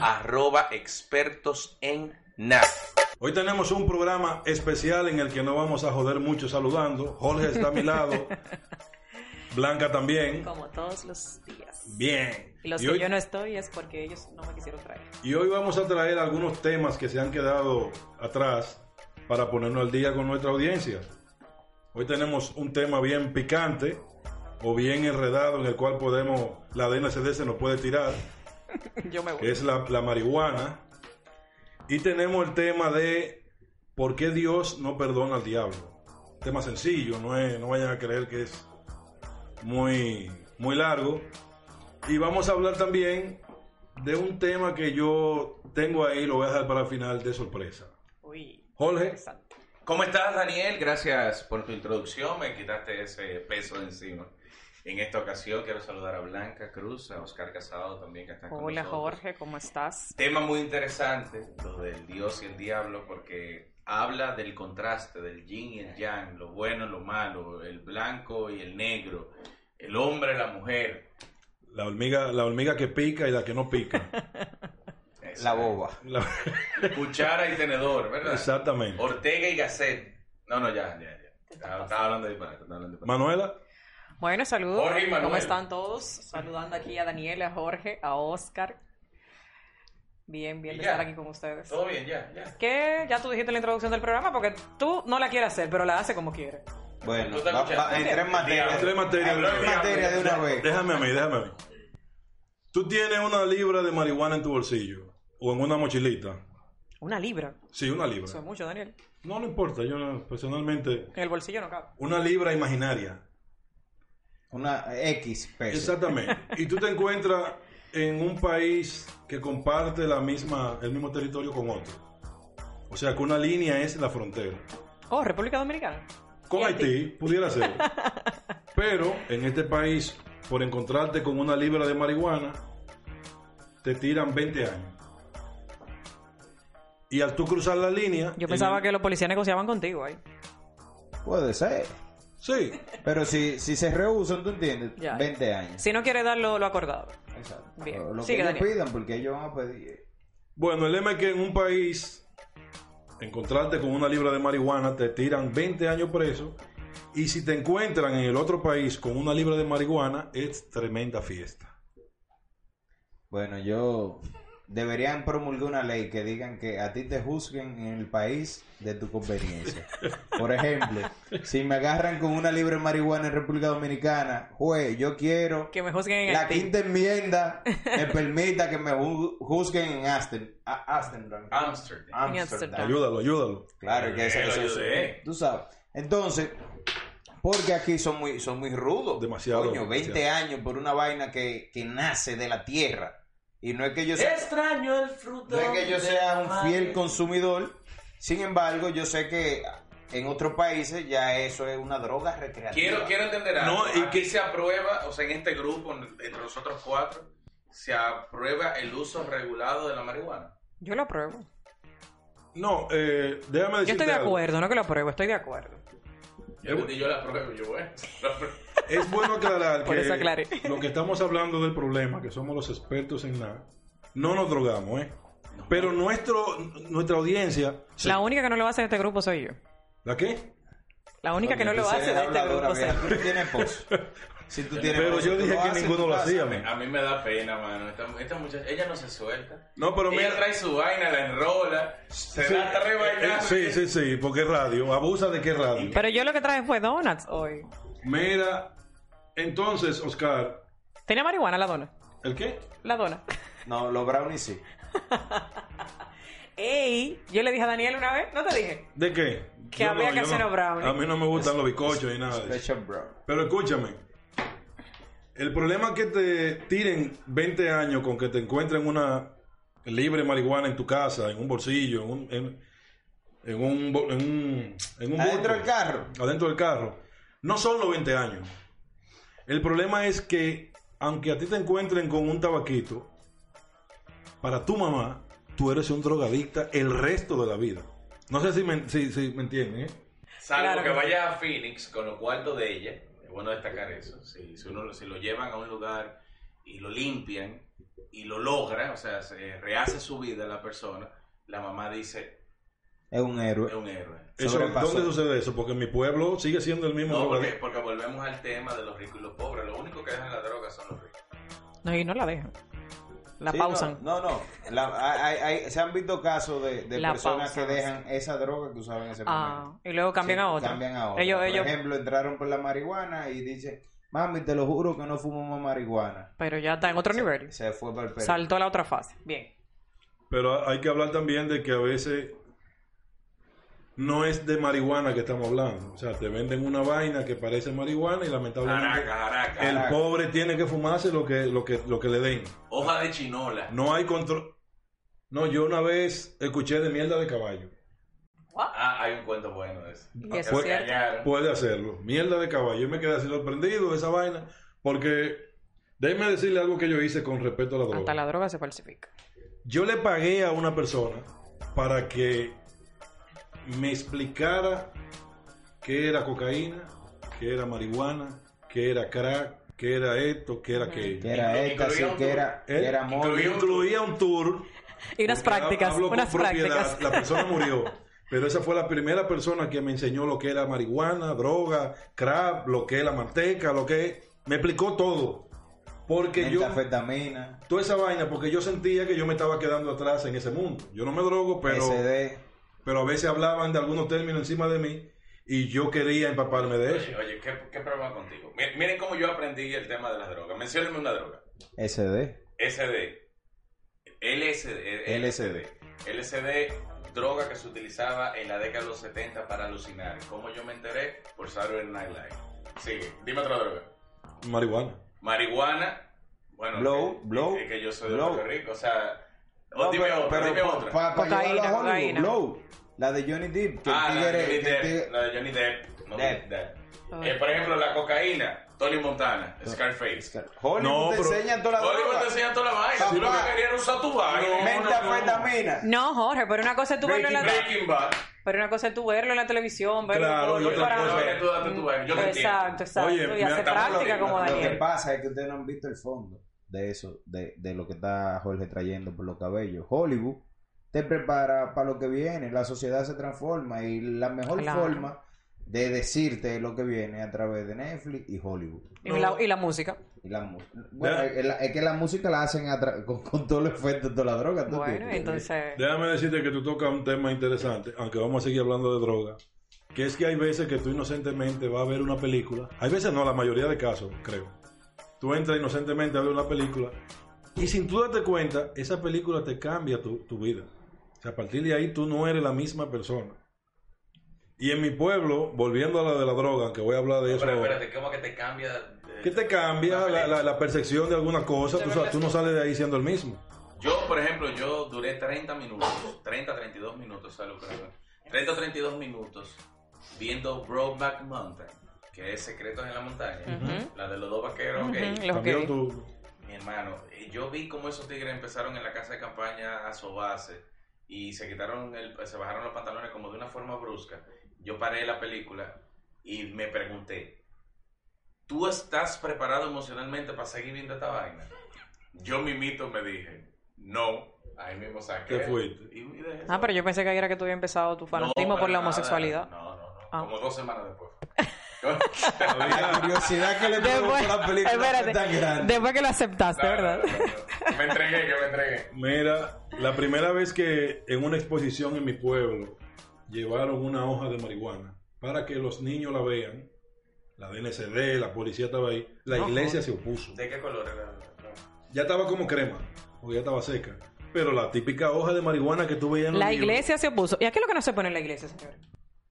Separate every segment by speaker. Speaker 1: arroba expertos en nada.
Speaker 2: Hoy tenemos un programa especial en el que no vamos a joder mucho saludando. Jorge está a mi lado. Blanca también.
Speaker 3: Como todos los días.
Speaker 2: Bien.
Speaker 3: Y los
Speaker 2: Y
Speaker 3: que
Speaker 2: hoy-
Speaker 3: yo no estoy es porque ellos no me quisieron traer.
Speaker 2: Y hoy vamos a traer algunos temas que se han quedado atrás para ponernos al día con nuestra audiencia. Hoy tenemos un tema bien picante o bien enredado en el cual podemos, la DNCD se nos puede tirar,
Speaker 3: Yo me
Speaker 2: que
Speaker 3: voy.
Speaker 2: es la, la marihuana. Y tenemos el tema de por qué Dios no perdona al diablo. Tema sencillo, no, es- no vayan a creer que es muy, muy largo. Y vamos a hablar también de un tema que yo tengo ahí, lo voy a dejar para el final de sorpresa.
Speaker 3: Uy,
Speaker 2: Jorge,
Speaker 3: interesante.
Speaker 1: ¿Cómo estás, Daniel? Gracias por tu introducción. Me quitaste ese peso de encima. En esta ocasión quiero saludar a Blanca Cruz, a Oscar Casado también que está con
Speaker 3: Hola
Speaker 1: nosotros.
Speaker 3: Jorge, ¿cómo estás?
Speaker 1: Tema muy interesante, lo del Dios y el diablo, porque habla del contraste, del yin y el yang, lo bueno y lo malo, el blanco y el negro, el hombre y la mujer.
Speaker 2: la hormiga, la hormiga que pica y la que no pica.
Speaker 4: La boba.
Speaker 2: La-
Speaker 1: Cuchara y tenedor, ¿verdad?
Speaker 2: exactamente.
Speaker 1: Ortega y Gasset. No, no, ya, ya, ya. Estaba, estaba hablando de disparate, estaba hablando de disparate.
Speaker 2: Manuela,
Speaker 3: Bueno, saludos.
Speaker 1: Jorge y Manuel.
Speaker 3: ¿Cómo están todos? Saludando aquí a Daniel, a Jorge, a Oscar. Bien, bien
Speaker 1: Y
Speaker 3: de
Speaker 1: ya.
Speaker 3: estar aquí con ustedes.
Speaker 1: Todo bien, ya, ya.
Speaker 3: Que ya tú dijiste la introducción del programa porque tú no la quieres hacer, pero la hace como quieres.
Speaker 4: Bueno,
Speaker 1: ¿Tú te
Speaker 4: va-
Speaker 1: escuchas?
Speaker 4: va- entra en materia.
Speaker 2: entré en materia.
Speaker 4: Entra en materia de una vez.
Speaker 2: Déjame a mí, déjame a mí. Tú tienes una libra de marihuana en tu bolsillo o en una mochilita.
Speaker 3: Una libra.
Speaker 2: Sí, una libra.
Speaker 3: Eso es mucho, Daniel.
Speaker 2: No, no importa, yo no- personalmente.
Speaker 3: En el bolsillo no cabe.
Speaker 2: Una libra imaginaria.
Speaker 4: Una X peso.
Speaker 2: Exactamente. Y tú te encuentras en un país que comparte la misma, el mismo territorio con otro. O sea que una línea es la frontera.
Speaker 3: Oh, República Dominicana.
Speaker 2: Con
Speaker 3: Y
Speaker 2: Haití pudiera ser. Pero en este país, por encontrarte con una libra de marihuana, te tiran 20 años. Y al tú cruzar la línea.
Speaker 3: Yo
Speaker 2: en
Speaker 3: pensaba
Speaker 2: el-
Speaker 3: que los policías negociaban contigo ahí.
Speaker 4: Puede ser.
Speaker 2: Sí,
Speaker 4: Pero si, si se rehusan, ¿tú entiendes?
Speaker 3: Ya.
Speaker 4: 20 años.
Speaker 3: Si no quieres dar lo, lo acordado.
Speaker 4: Exacto.
Speaker 3: Bien.
Speaker 4: Lo- Lo
Speaker 3: Sigue,
Speaker 4: que ellos
Speaker 3: Daniel.
Speaker 4: pidan, porque ellos van a pedir.
Speaker 2: Bueno, el lema es que en un país encontrarte con una libra de marihuana te tiran 20 años preso y si te encuentran en el otro país con una libra de marihuana es tremenda fiesta.
Speaker 4: Bueno, yo. Deberían promulgar una ley que digan que a ti te juzguen en el país de tu conveniencia. Por ejemplo, si me agarran con una libre marihuana en República Dominicana, juez, yo quiero
Speaker 3: Que me juzguen en
Speaker 4: la
Speaker 3: Haití.
Speaker 4: quinta enmienda me permita que me ju- juzguen en Aston. A- Amsterdam.
Speaker 1: Ah, Amsterdam.
Speaker 3: Amsterdam.
Speaker 2: Ayúdalo, ayúdalo.
Speaker 4: Claro, que eso,
Speaker 1: Yo
Speaker 4: eso-
Speaker 1: ayudé.
Speaker 4: Tú sabes. Entonces, porque aquí son muy, son muy rudos.
Speaker 2: Demasiado,
Speaker 4: Coño, 20 años por una vaina que, que nace de la tierra. Y no es que yo sea,
Speaker 1: Extraño el fruto.
Speaker 4: no es que yo
Speaker 1: de
Speaker 4: sea
Speaker 1: la
Speaker 4: un
Speaker 1: madre.
Speaker 4: fiel consumidor. Sin embargo, yo sé que en otros países ya eso es una droga recreativa.
Speaker 1: Quiero, quiero entender algo.
Speaker 2: No, y
Speaker 1: Aquí
Speaker 2: que-
Speaker 1: se aprueba, o sea, en este grupo, entre nosotros cuatro, se aprueba el uso regulado de la marihuana.
Speaker 3: Yo lo apruebo.
Speaker 2: No, eh, déjame decirte
Speaker 3: Yo estoy de
Speaker 2: algo.
Speaker 3: acuerdo, no que lo apruebo, estoy de acuerdo.
Speaker 1: Yo, yo, yo la apruebo, yo bueno. la apruebo.
Speaker 2: Es bueno aclarar
Speaker 3: Por eso aclaré.
Speaker 2: que lo que estamos hablando del problema, que somos los expertos en nada, no nos drogamos, ¿eh? Pero nuestro, nuestra audiencia...
Speaker 3: La única que no lo hace de este grupo soy yo.
Speaker 2: ¿La qué?
Speaker 3: La única que no
Speaker 4: Coño,
Speaker 3: lo
Speaker 4: tú
Speaker 3: hace
Speaker 4: eres
Speaker 3: de este
Speaker 4: habladora,
Speaker 3: grupo soy
Speaker 4: mira,
Speaker 3: yo.
Speaker 4: Tú no tienes esposo. Si tú tienes
Speaker 2: Pero
Speaker 4: esposo,
Speaker 2: yo
Speaker 4: tú
Speaker 2: dije
Speaker 4: lo
Speaker 2: que
Speaker 4: haces en
Speaker 2: ninguno
Speaker 4: tu
Speaker 2: lo
Speaker 4: casa.
Speaker 2: hacía, man.
Speaker 1: A mí me da pena, mano. Esta, esta muchacha, ella no se suelta.
Speaker 2: No, pero
Speaker 1: ella
Speaker 2: mira-
Speaker 1: trae su vaina, la enrola, se
Speaker 2: Sí,
Speaker 1: da tres
Speaker 2: eh,
Speaker 1: vainas.
Speaker 2: sí, sí, sí, porque es radio. Abusa de qué radio.
Speaker 3: Pero yo lo que traje fue donuts hoy.
Speaker 2: Mira, entonces, Oscar,
Speaker 3: ¿Tenía marihuana la dona?
Speaker 2: ¿el qué?
Speaker 3: La dona.
Speaker 4: No, los brownies sí.
Speaker 3: Ey, yo le dije a Daniel una vez, no te dije.
Speaker 2: ¿De qué?
Speaker 3: Que había que hacer los brownies.
Speaker 2: A mí no me gustan los bizcochos ni nada. de eso.
Speaker 4: Special brown.
Speaker 2: Pero escúchame. El problema es que te tiren 20 años con que te encuentren una libre marihuana en tu casa, en un bolsillo, en un en, en un bo- en un en un
Speaker 4: Adentro
Speaker 2: bulto,
Speaker 4: del carro.
Speaker 2: adentro del carro. No son los 20 años. El problema es que aunque a ti te encuentren con un tabaquito, para tu mamá, tú eres un drogadicta el resto de la vida. No sé si me, si, si me entienden, ¿eh?
Speaker 1: Salvo
Speaker 3: Claro.
Speaker 1: que vaya a Phoenix con los cuartos de ella, es bueno destacar eso. Si, si uno lo- si lo llevan a un lugar y lo limpian, y lo logra, o sea, se rehace su vida la persona, la mamá dice,
Speaker 4: Es un héroe.
Speaker 1: es un héroe.
Speaker 2: Eso,
Speaker 4: Sobrepasó.
Speaker 2: ¿Dónde sucede eso? Porque en mi pueblo sigue siendo el mismo.
Speaker 1: No,
Speaker 2: drogadicto.
Speaker 1: porque, porque volvemos al tema de los ricos y los pobres. Lo único que dejan la droga son los ricos.
Speaker 3: No, y no la dejan. La
Speaker 4: Sí,
Speaker 3: pausan.
Speaker 4: No, no. no. La- hay- hay- se han visto casos de, de
Speaker 3: La
Speaker 4: personas
Speaker 3: pausan,
Speaker 4: que dejan esa droga que usaban en ese momento.
Speaker 3: Ah, y luego cambian
Speaker 4: Sí,
Speaker 3: a otra.
Speaker 4: Cambian a otra.
Speaker 3: Ellos,
Speaker 4: por
Speaker 3: ellos,
Speaker 4: ejemplo, entraron por la marihuana y dicen, mami, te lo juro que no fumo más marihuana.
Speaker 3: pero ya está en otro nivel.
Speaker 4: Se fue para el Perú.
Speaker 3: Saltó a la otra fase. Bien.
Speaker 4: Ah,
Speaker 2: Pero hay que hablar también de que a veces no es de marihuana que estamos hablando. O sea, te venden una vaina que parece marihuana y lamentablemente
Speaker 1: Jaraca, jaraca.
Speaker 2: el pobre tiene que fumarse lo que, lo que, lo que le den.
Speaker 1: Hoja de chinola.
Speaker 2: No hay control. No, yo una vez escuché de mierda de caballo.
Speaker 1: Ah, hay un cuento bueno de eso.
Speaker 3: Y eso
Speaker 4: pues,
Speaker 1: Lo
Speaker 3: es cierto.
Speaker 1: engañaron.
Speaker 2: Puede hacerlo. Mierda de caballo. Yo me quedé así sorprendido de esa vaina. Porque déjeme decirle algo que yo hice con respecto a la droga.
Speaker 3: Hasta la droga se falsifica.
Speaker 2: Yo le pagué a una persona para que me explicara qué era cocaína, qué era marihuana, qué era crack, qué era esto, qué era aquello.
Speaker 4: Que era
Speaker 1: Incluía
Speaker 4: éxtasis,
Speaker 1: un-
Speaker 4: que era,
Speaker 2: ¿Eh?
Speaker 4: que era amor.
Speaker 1: Incluía un-
Speaker 2: Incluía un tour.
Speaker 3: Y unas
Speaker 2: porque
Speaker 3: prácticas,
Speaker 2: hablo con
Speaker 3: unas
Speaker 2: propiedad,
Speaker 3: prácticas.
Speaker 2: La persona murió. Pero esa fue la primera persona que me enseñó lo que era marihuana, droga, crack, lo que es la manteca, lo que es- Me explicó todo. Porque yo...
Speaker 4: Metanfetamina,
Speaker 2: Toda esa vaina, porque yo sentía que yo me estaba quedando atrás en ese mundo. Yo no me drogo, pero...
Speaker 4: SD.
Speaker 2: pero a veces hablaban de algunos términos encima de mí y yo quería empaparme de eso.
Speaker 1: Oye, oye, ¿qué, qué problema contigo? Mi- Miren cómo yo aprendí el tema de las drogas. Menciónenme una droga.
Speaker 4: SD.
Speaker 1: SD. LSD.
Speaker 4: LSD.
Speaker 1: LSD, droga que se utilizaba en la década de los 70 para alucinar. ¿Cómo yo me enteré? Por Saturday Night Live. Sigue. Dime otra droga.
Speaker 2: Marihuana.
Speaker 1: Marihuana. Bueno,
Speaker 4: Blow,
Speaker 1: que,
Speaker 4: blow,
Speaker 1: que- que yo soy de
Speaker 4: blow.
Speaker 1: Puerto Rico. O sea, o
Speaker 4: No,
Speaker 1: dime
Speaker 4: pero-
Speaker 1: otra,
Speaker 4: pero
Speaker 1: dime
Speaker 4: pa-
Speaker 1: otra.
Speaker 4: pa- pa
Speaker 3: Cocaína,
Speaker 4: llevarlo a Hollywood,
Speaker 3: cocaína.
Speaker 4: Blow. La de Johnny Depp. Que
Speaker 1: Ah,
Speaker 4: el
Speaker 1: la de
Speaker 4: tigre-
Speaker 1: Johnny
Speaker 4: que el tigre-
Speaker 1: Depp. La de Johnny Depp. No,
Speaker 4: Depp.
Speaker 1: Depp.
Speaker 3: Ay.
Speaker 1: Eh, por ejemplo, la cocaína. Tony Montana. Scarface.
Speaker 4: Hollywood
Speaker 2: No,
Speaker 4: te
Speaker 2: pero-
Speaker 4: enseña toda la
Speaker 1: Hollywood te
Speaker 4: droga.
Speaker 1: enseña toda la vaina.
Speaker 4: Papá.
Speaker 1: Tú lo que querías era usar tu vaina.
Speaker 4: Metanfetamina.
Speaker 3: No, Jorge, pero una cosa es tú verlo en la
Speaker 1: Breaking Bad.
Speaker 3: pero una cosa es tú verlo en la televisión, verlo
Speaker 2: Claro,
Speaker 3: todo,
Speaker 2: y
Speaker 3: no
Speaker 2: otra
Speaker 3: para-
Speaker 2: cosa es-
Speaker 1: Tú date tu baño, yo te entiendo.
Speaker 3: exacto, exacto.
Speaker 2: Oye,
Speaker 3: y
Speaker 2: mira,
Speaker 3: hace
Speaker 1: estamos
Speaker 3: práctica
Speaker 1: hablando-
Speaker 3: como
Speaker 1: lo
Speaker 4: Lo que
Speaker 3: Daniel.
Speaker 4: pasa es que ustedes no han visto el fondo de eso, de, de lo que está Jorge trayendo por los cabellos. Hollywood te prepara para lo que viene, la sociedad se transforma y la mejor
Speaker 3: Claro.
Speaker 4: forma de decirte lo que viene a través de Netflix y Hollywood.
Speaker 3: Y, la, y la música.
Speaker 4: Y la mu- bueno,
Speaker 2: Ya.
Speaker 4: es, la- es que la música la hacen a tra- con, con todo el efecto de toda la droga. ¿tú
Speaker 3: Bueno,
Speaker 4: entiendes?
Speaker 3: entonces.
Speaker 2: Déjame decirte que tú tocas un tema interesante, aunque vamos a seguir hablando de droga, que es que hay veces que tú inocentemente vas a ver una película, hay veces no, la mayoría de casos, creo. Tú entras inocentemente a ver una película y sin tú darte cuenta, esa película te cambia tu, tu vida. O sea, a partir de ahí tú no eres la misma persona. Y en mi pueblo, volviendo a la de la droga, aunque voy a hablar de eso
Speaker 1: Pero
Speaker 2: ahora.
Speaker 1: espérate, ¿cómo que te cambia? eh,
Speaker 2: ¿Qué te cambia la, la- la percepción de alguna cosa? Tú, sa- tú no sales de ahí siendo el mismo.
Speaker 1: Yo, por ejemplo, yo duré 30 minutos, 30, 32 minutos, salud, corazón. 30, 32 minutos viendo Brokeback Mountain, que es Secretos en la Montaña,
Speaker 3: Ujú.
Speaker 1: la de los dos vaqueros
Speaker 3: Ujú,
Speaker 1: gays.
Speaker 3: Los
Speaker 2: Cambió
Speaker 3: gays.
Speaker 2: tu-
Speaker 1: Mi hermano, eh, yo vi cómo esos tigres empezaron en la casa de campaña a sobarse y se quitaron, el, se bajaron los pantalones como de una forma brusca. Yo paré la película y me pregunté, ¿tú estás preparado emocionalmente para seguir viendo esta vaina? Yo mimito me dije, no, ahí mismo saqué.
Speaker 2: Te fuiste.
Speaker 1: Y, y dejé
Speaker 3: Ah,
Speaker 1: eso.
Speaker 3: pero yo pensé que ahí era que tú habías empezado tu fanatismo
Speaker 1: No,
Speaker 3: por
Speaker 1: para
Speaker 3: la
Speaker 1: nada.
Speaker 3: homosexualidad.
Speaker 1: No, no, no.
Speaker 3: Ah.
Speaker 1: Como dos semanas después.
Speaker 4: La curiosidad que le provocó
Speaker 3: Después,
Speaker 4: la película fue tan
Speaker 3: espérate,
Speaker 4: grande.
Speaker 3: después que lo aceptaste,
Speaker 1: No, no,
Speaker 3: ¿verdad?
Speaker 1: no, no, no. Me entregué, que me entregué.
Speaker 2: Mira, la primera vez que en una exposición en mi pueblo llevaron una hoja de marihuana para que los niños la vean, la DNCD, la policía estaba ahí, la
Speaker 3: Ajá.
Speaker 2: iglesia se opuso.
Speaker 1: ¿De qué color era?
Speaker 2: Ya estaba como crema, porque ya estaba seca. Pero la típica hoja de marihuana que tú veías en los
Speaker 3: La
Speaker 2: libros,
Speaker 3: iglesia se opuso. ¿Y a qué es lo que no se pone en la iglesia, señor?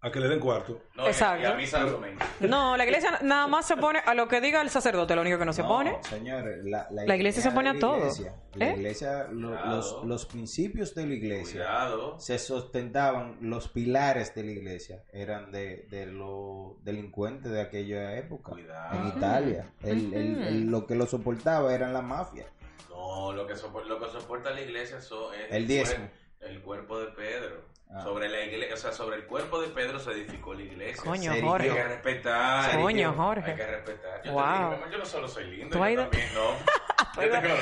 Speaker 2: A que le den cuarto.
Speaker 1: No, y-
Speaker 3: Exacto.
Speaker 1: Y a mí Santo me dijo.
Speaker 3: No, la iglesia nada más se pone a lo que diga el sacerdote, lo único que no se
Speaker 4: No,
Speaker 3: pone.
Speaker 4: Señores, la,
Speaker 3: La iglesia se
Speaker 4: idea
Speaker 3: pone
Speaker 4: de
Speaker 3: a todo.
Speaker 4: La iglesia, la
Speaker 3: ¿Eh?
Speaker 4: iglesia, lo-
Speaker 1: Cuidado.
Speaker 4: los, los principios de la iglesia
Speaker 1: Cuidado.
Speaker 4: se sustentaban, los pilares de la iglesia eran de, de los delincuentes de aquella época.
Speaker 1: Cuidado.
Speaker 4: En Italia, El- el- el- lo que lo soportaba eran la mafia.
Speaker 1: No, lo que, sopo- lo que soporta la iglesia so- es
Speaker 4: El diezmo.
Speaker 1: cuer- el cuerpo de Pedro.
Speaker 4: Ah.
Speaker 1: Sobre la iglesia, o sea, sobre el cuerpo de Pedro se edificó la iglesia.
Speaker 3: Coño,
Speaker 4: se
Speaker 1: Hay que
Speaker 3: Jorge.
Speaker 1: respetar.
Speaker 3: Coño,
Speaker 1: Hay
Speaker 3: Jorge.
Speaker 1: que respetar. Yo, te
Speaker 3: Wow.
Speaker 1: digo, mi amor, yo no solo soy lindo,
Speaker 3: ¿Tú
Speaker 1: yo
Speaker 3: has ido?
Speaker 1: también, no. Yo te creo.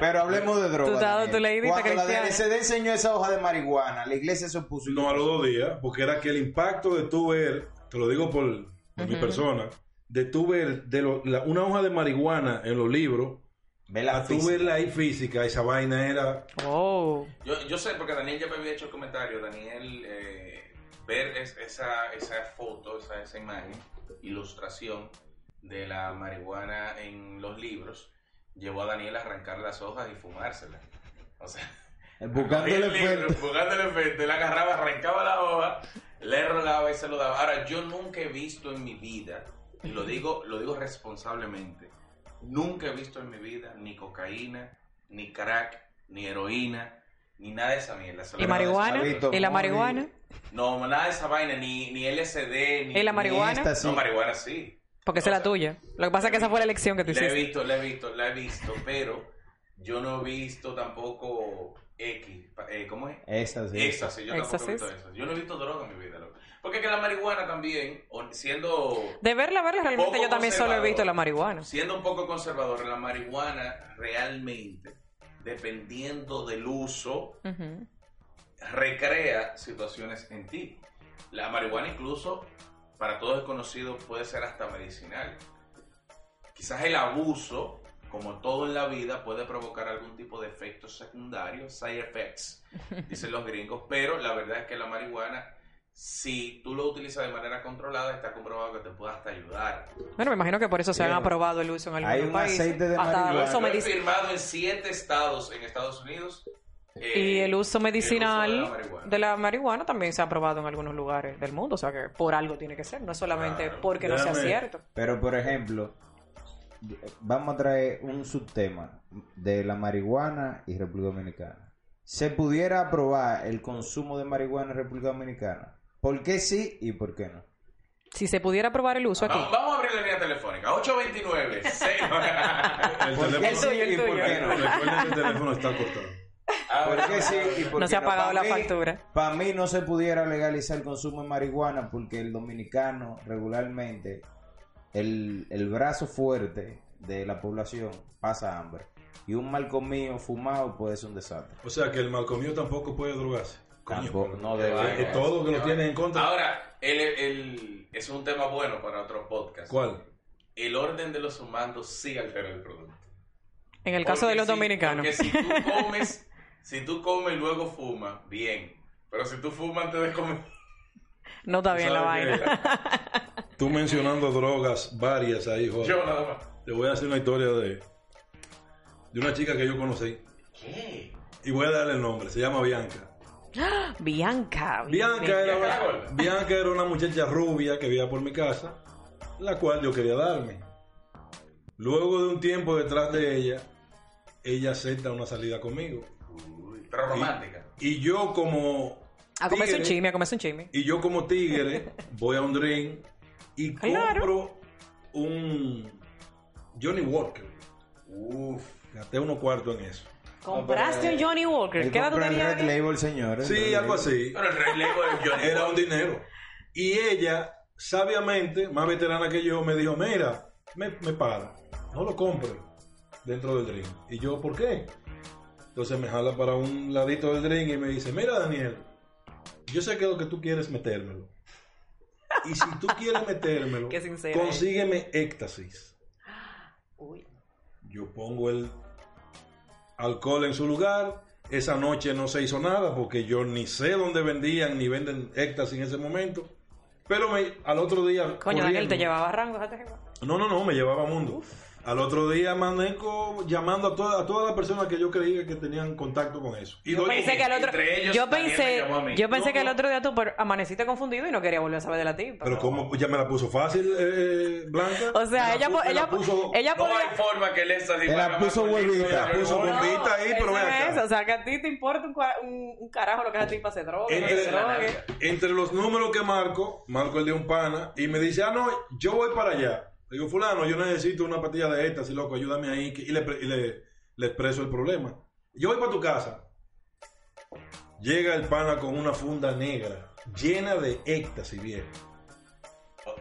Speaker 4: Pero hablemos de drogas.
Speaker 3: Tú estás-
Speaker 4: Daniel.
Speaker 3: tú leíste
Speaker 4: Cuando la
Speaker 3: cristiana.
Speaker 4: DNCD enseñó esa hoja de marihuana, la iglesia se opuso.
Speaker 2: No a los dos días, porque era que el impacto de tú ver, te lo digo por, por mi
Speaker 3: Ujú.
Speaker 2: persona, de tú ver de lo- la- una hoja de marihuana en los libros,
Speaker 4: Ve la
Speaker 2: a tú
Speaker 4: física.
Speaker 2: verla ahí física, esa vaina era.
Speaker 3: Oh.
Speaker 1: Yo, yo sé, porque Daniel ya me había hecho el comentario. Daniel, eh, ver es- esa, esa foto, esa, esa imagen, ilustración de la marihuana en los libros, llevó a Daniel a arrancar las hojas y fumárselas. O sea, abría
Speaker 4: Buscándole
Speaker 1: el libro,
Speaker 4: fuerte.
Speaker 1: buscándole fuente, la agarraba, arrancaba la hoja, le rolaba y se lo daba. Ahora, yo nunca he visto en mi vida, y lo digo, lo digo responsablemente, nunca he visto en mi vida ni cocaína, ni crack, ni heroína, ni nada de esa mierda. Se lo
Speaker 3: ¿Y
Speaker 1: digo
Speaker 3: marihuana?
Speaker 1: responsable.
Speaker 3: ¿Y la marihuana?
Speaker 1: No, nada de esa vaina, ni, ni LSD, ni...
Speaker 3: ¿Y la
Speaker 1: ni-
Speaker 3: marihuana?
Speaker 4: esta sí.
Speaker 1: No, marihuana sí.
Speaker 3: Porque esa es la tuya. Lo que pasa es que esa fue la elección que tú
Speaker 1: La he
Speaker 3: hiciste.
Speaker 1: visto, la he visto, la he visto, pero yo no he visto tampoco X, pa- eh, ¿cómo es?
Speaker 4: Esta sí.
Speaker 1: Éxtasis, yo tampoco he
Speaker 3: Éxtasis.
Speaker 1: visto eso. Yo no he visto droga en mi vida, loco. Porque que la marihuana también, o- siendo,
Speaker 3: De verla, verla, realmente
Speaker 1: Poco
Speaker 3: yo también solo he
Speaker 1: conservador.
Speaker 3: visto la marihuana.
Speaker 1: siendo un poco conservador, la marihuana realmente, dependiendo del uso,
Speaker 3: Ujú.
Speaker 1: recrea situaciones en ti. La marihuana incluso, para todos es conocido, puede ser hasta medicinal. Quizás el abuso, como todo en la vida, puede provocar algún tipo de efectos secundarios, side effects, dicen los gringos, pero la verdad es que la marihuana, si tú lo utilizas de manera controlada, está comprobado que te puede hasta ayudar.
Speaker 3: Bueno, me imagino que por eso se han
Speaker 4: Bien.
Speaker 3: aprobado el uso en
Speaker 4: Hay
Speaker 3: algunos
Speaker 4: un
Speaker 3: países.
Speaker 4: aceite de
Speaker 3: Hasta
Speaker 4: marihuana.
Speaker 3: el uso
Speaker 1: Yo he
Speaker 3: medicinal.
Speaker 1: firmado en siete estados en Estados Unidos. eh,
Speaker 3: Y el uso medicinal
Speaker 1: de la
Speaker 3: de, la
Speaker 1: marihuana.
Speaker 3: marihuana también se ha probado en algunos lugares del mundo, o sea que por algo tiene que ser, no solamente
Speaker 1: Claro.
Speaker 3: porque no sea
Speaker 2: Déjame-
Speaker 3: cierto.
Speaker 4: Pero por ejemplo, vamos a traer un subtema de la marihuana y República Dominicana. ¿Se pudiera aprobar el consumo de marihuana en República Dominicana? ¿Por qué sí y por qué no?
Speaker 3: Si se pudiera probar el uso aquí.
Speaker 1: Vamos, vamos a abrir la línea telefónica. 829. seis-
Speaker 2: El
Speaker 4: ¿Por qué
Speaker 2: teléfono,
Speaker 4: sí
Speaker 3: tuyo, el
Speaker 4: y por
Speaker 3: tuyo.
Speaker 4: qué no?
Speaker 2: recuerden que el teléfono está cortado.
Speaker 4: ¿Por qué sí y por
Speaker 3: No
Speaker 4: qué
Speaker 3: se ha pagado
Speaker 4: Pa'
Speaker 3: la factura.
Speaker 4: Para mí no se pudiera legalizar el consumo de marihuana porque el dominicano regularmente, el, el brazo fuerte de la población pasa hambre. Y un mal comido fumado puede ser un desastre.
Speaker 2: O sea que el malcomio tampoco puede drogarse. Coño,
Speaker 4: Tampoco,
Speaker 2: pero-
Speaker 4: no debe.
Speaker 2: Que todo que lo tienen en contra.
Speaker 1: Ahora, el, el- es un tema bueno para otro podcast.
Speaker 2: ¿Cuál?
Speaker 1: El orden de los humanos sí altera el producto.
Speaker 3: En el caso de los dominicanos.
Speaker 1: Porque si tú comes, si tú comes y luego fumas, bien. Pero si tú fumas antes de comer,
Speaker 3: No está bien la
Speaker 2: ¿Sabes
Speaker 3: vaina.
Speaker 2: qué? Tú mencionando drogas varias ahí, joder.
Speaker 1: yo nada más.
Speaker 2: Te voy a hacer una historia de, de una chica que yo conocí.
Speaker 1: ¿Qué?
Speaker 2: Y voy a darle el nombre, se llama Bianca.
Speaker 3: Bianca.
Speaker 2: Bianca era,
Speaker 1: Bianca la gorda.
Speaker 2: Bianca era una muchacha rubia que vivía por mi casa, la cual yo quería darme. Luego de un tiempo detrás de ella, ella acepta una salida conmigo.
Speaker 1: Uy, pero romántica.
Speaker 2: Y yo como...
Speaker 3: A comerse un
Speaker 2: tigre-
Speaker 3: chisme, a comerse un chisme.
Speaker 2: Y yo como tigre voy a un drink y
Speaker 3: Claro.
Speaker 2: compro un Johnny Walker.
Speaker 1: Uf.
Speaker 2: Gasté unos cuartos en eso.
Speaker 3: Compraste un Johnny Walker.
Speaker 4: Él
Speaker 3: ¿Qué edad tú
Speaker 4: compra el
Speaker 3: tenías?
Speaker 4: Red Label, señores.
Speaker 2: Sí, algo así.
Speaker 1: Pero el relevo de Johnny
Speaker 2: Era un dinero. Y ella, sabiamente, más veterana que yo, me dijo, mira, me, me para, no lo compre dentro del drink. Y yo, ¿por qué? Entonces me jala para un ladito del drink y me dice, mira Daniel, yo sé que lo que tú quieres es metérmelo. Y si tú quieres metérmelo,
Speaker 3: Qué sincera
Speaker 2: consígueme éxtasis.
Speaker 3: Uy.
Speaker 2: Yo pongo el alcohol en su lugar. Esa noche no se hizo nada porque yo ni sé dónde vendían ni venden éxtasis en ese momento. Pero me- al otro día.
Speaker 3: Coño, Daniel,
Speaker 2: corriendo-
Speaker 3: te llevaba a rango. déjate llevar.
Speaker 2: No, no, no, me llevaba a mundo. Al otro día manejo llamando a todas a todas las personas que yo creía que tenían contacto con eso. Y
Speaker 3: Yo
Speaker 2: doy-
Speaker 3: pensé que al otro,
Speaker 1: entre ellos,
Speaker 3: yo
Speaker 1: Daniel me
Speaker 3: pensé,
Speaker 1: llamó a mí.
Speaker 3: yo pensé
Speaker 2: No,
Speaker 3: que el
Speaker 2: no.
Speaker 3: otro día tú pero amaneciste confundido y no quería volver a saber de la tipa.
Speaker 2: Pero como ya me la puso fácil, eh, Blanca.
Speaker 3: O sea,
Speaker 2: Me la
Speaker 3: ella,
Speaker 2: pu-
Speaker 3: po-
Speaker 2: me la
Speaker 3: ella,
Speaker 2: puso-
Speaker 3: ella
Speaker 1: No
Speaker 3: podía-
Speaker 1: hay forma que él esa
Speaker 4: Te la puso huevita,
Speaker 2: la puso
Speaker 3: No,
Speaker 2: bombita ahí, pero
Speaker 3: eso
Speaker 2: ven acá.
Speaker 3: es, o sea, que a ti te importa un, cua- un- un carajo lo que esa tipa se drogue, no se drogue.
Speaker 2: Entre, entre los números que marco, marco el de un pana y me dice, ah, no, yo voy para allá. Le digo, fulano, yo necesito una patilla de estas, y loco, ayúdame ahí. que- Y le, pre- y le- le expreso el problema. Yo voy para tu casa. Llega el pana con una funda negra, llena de éxtasis, viejo.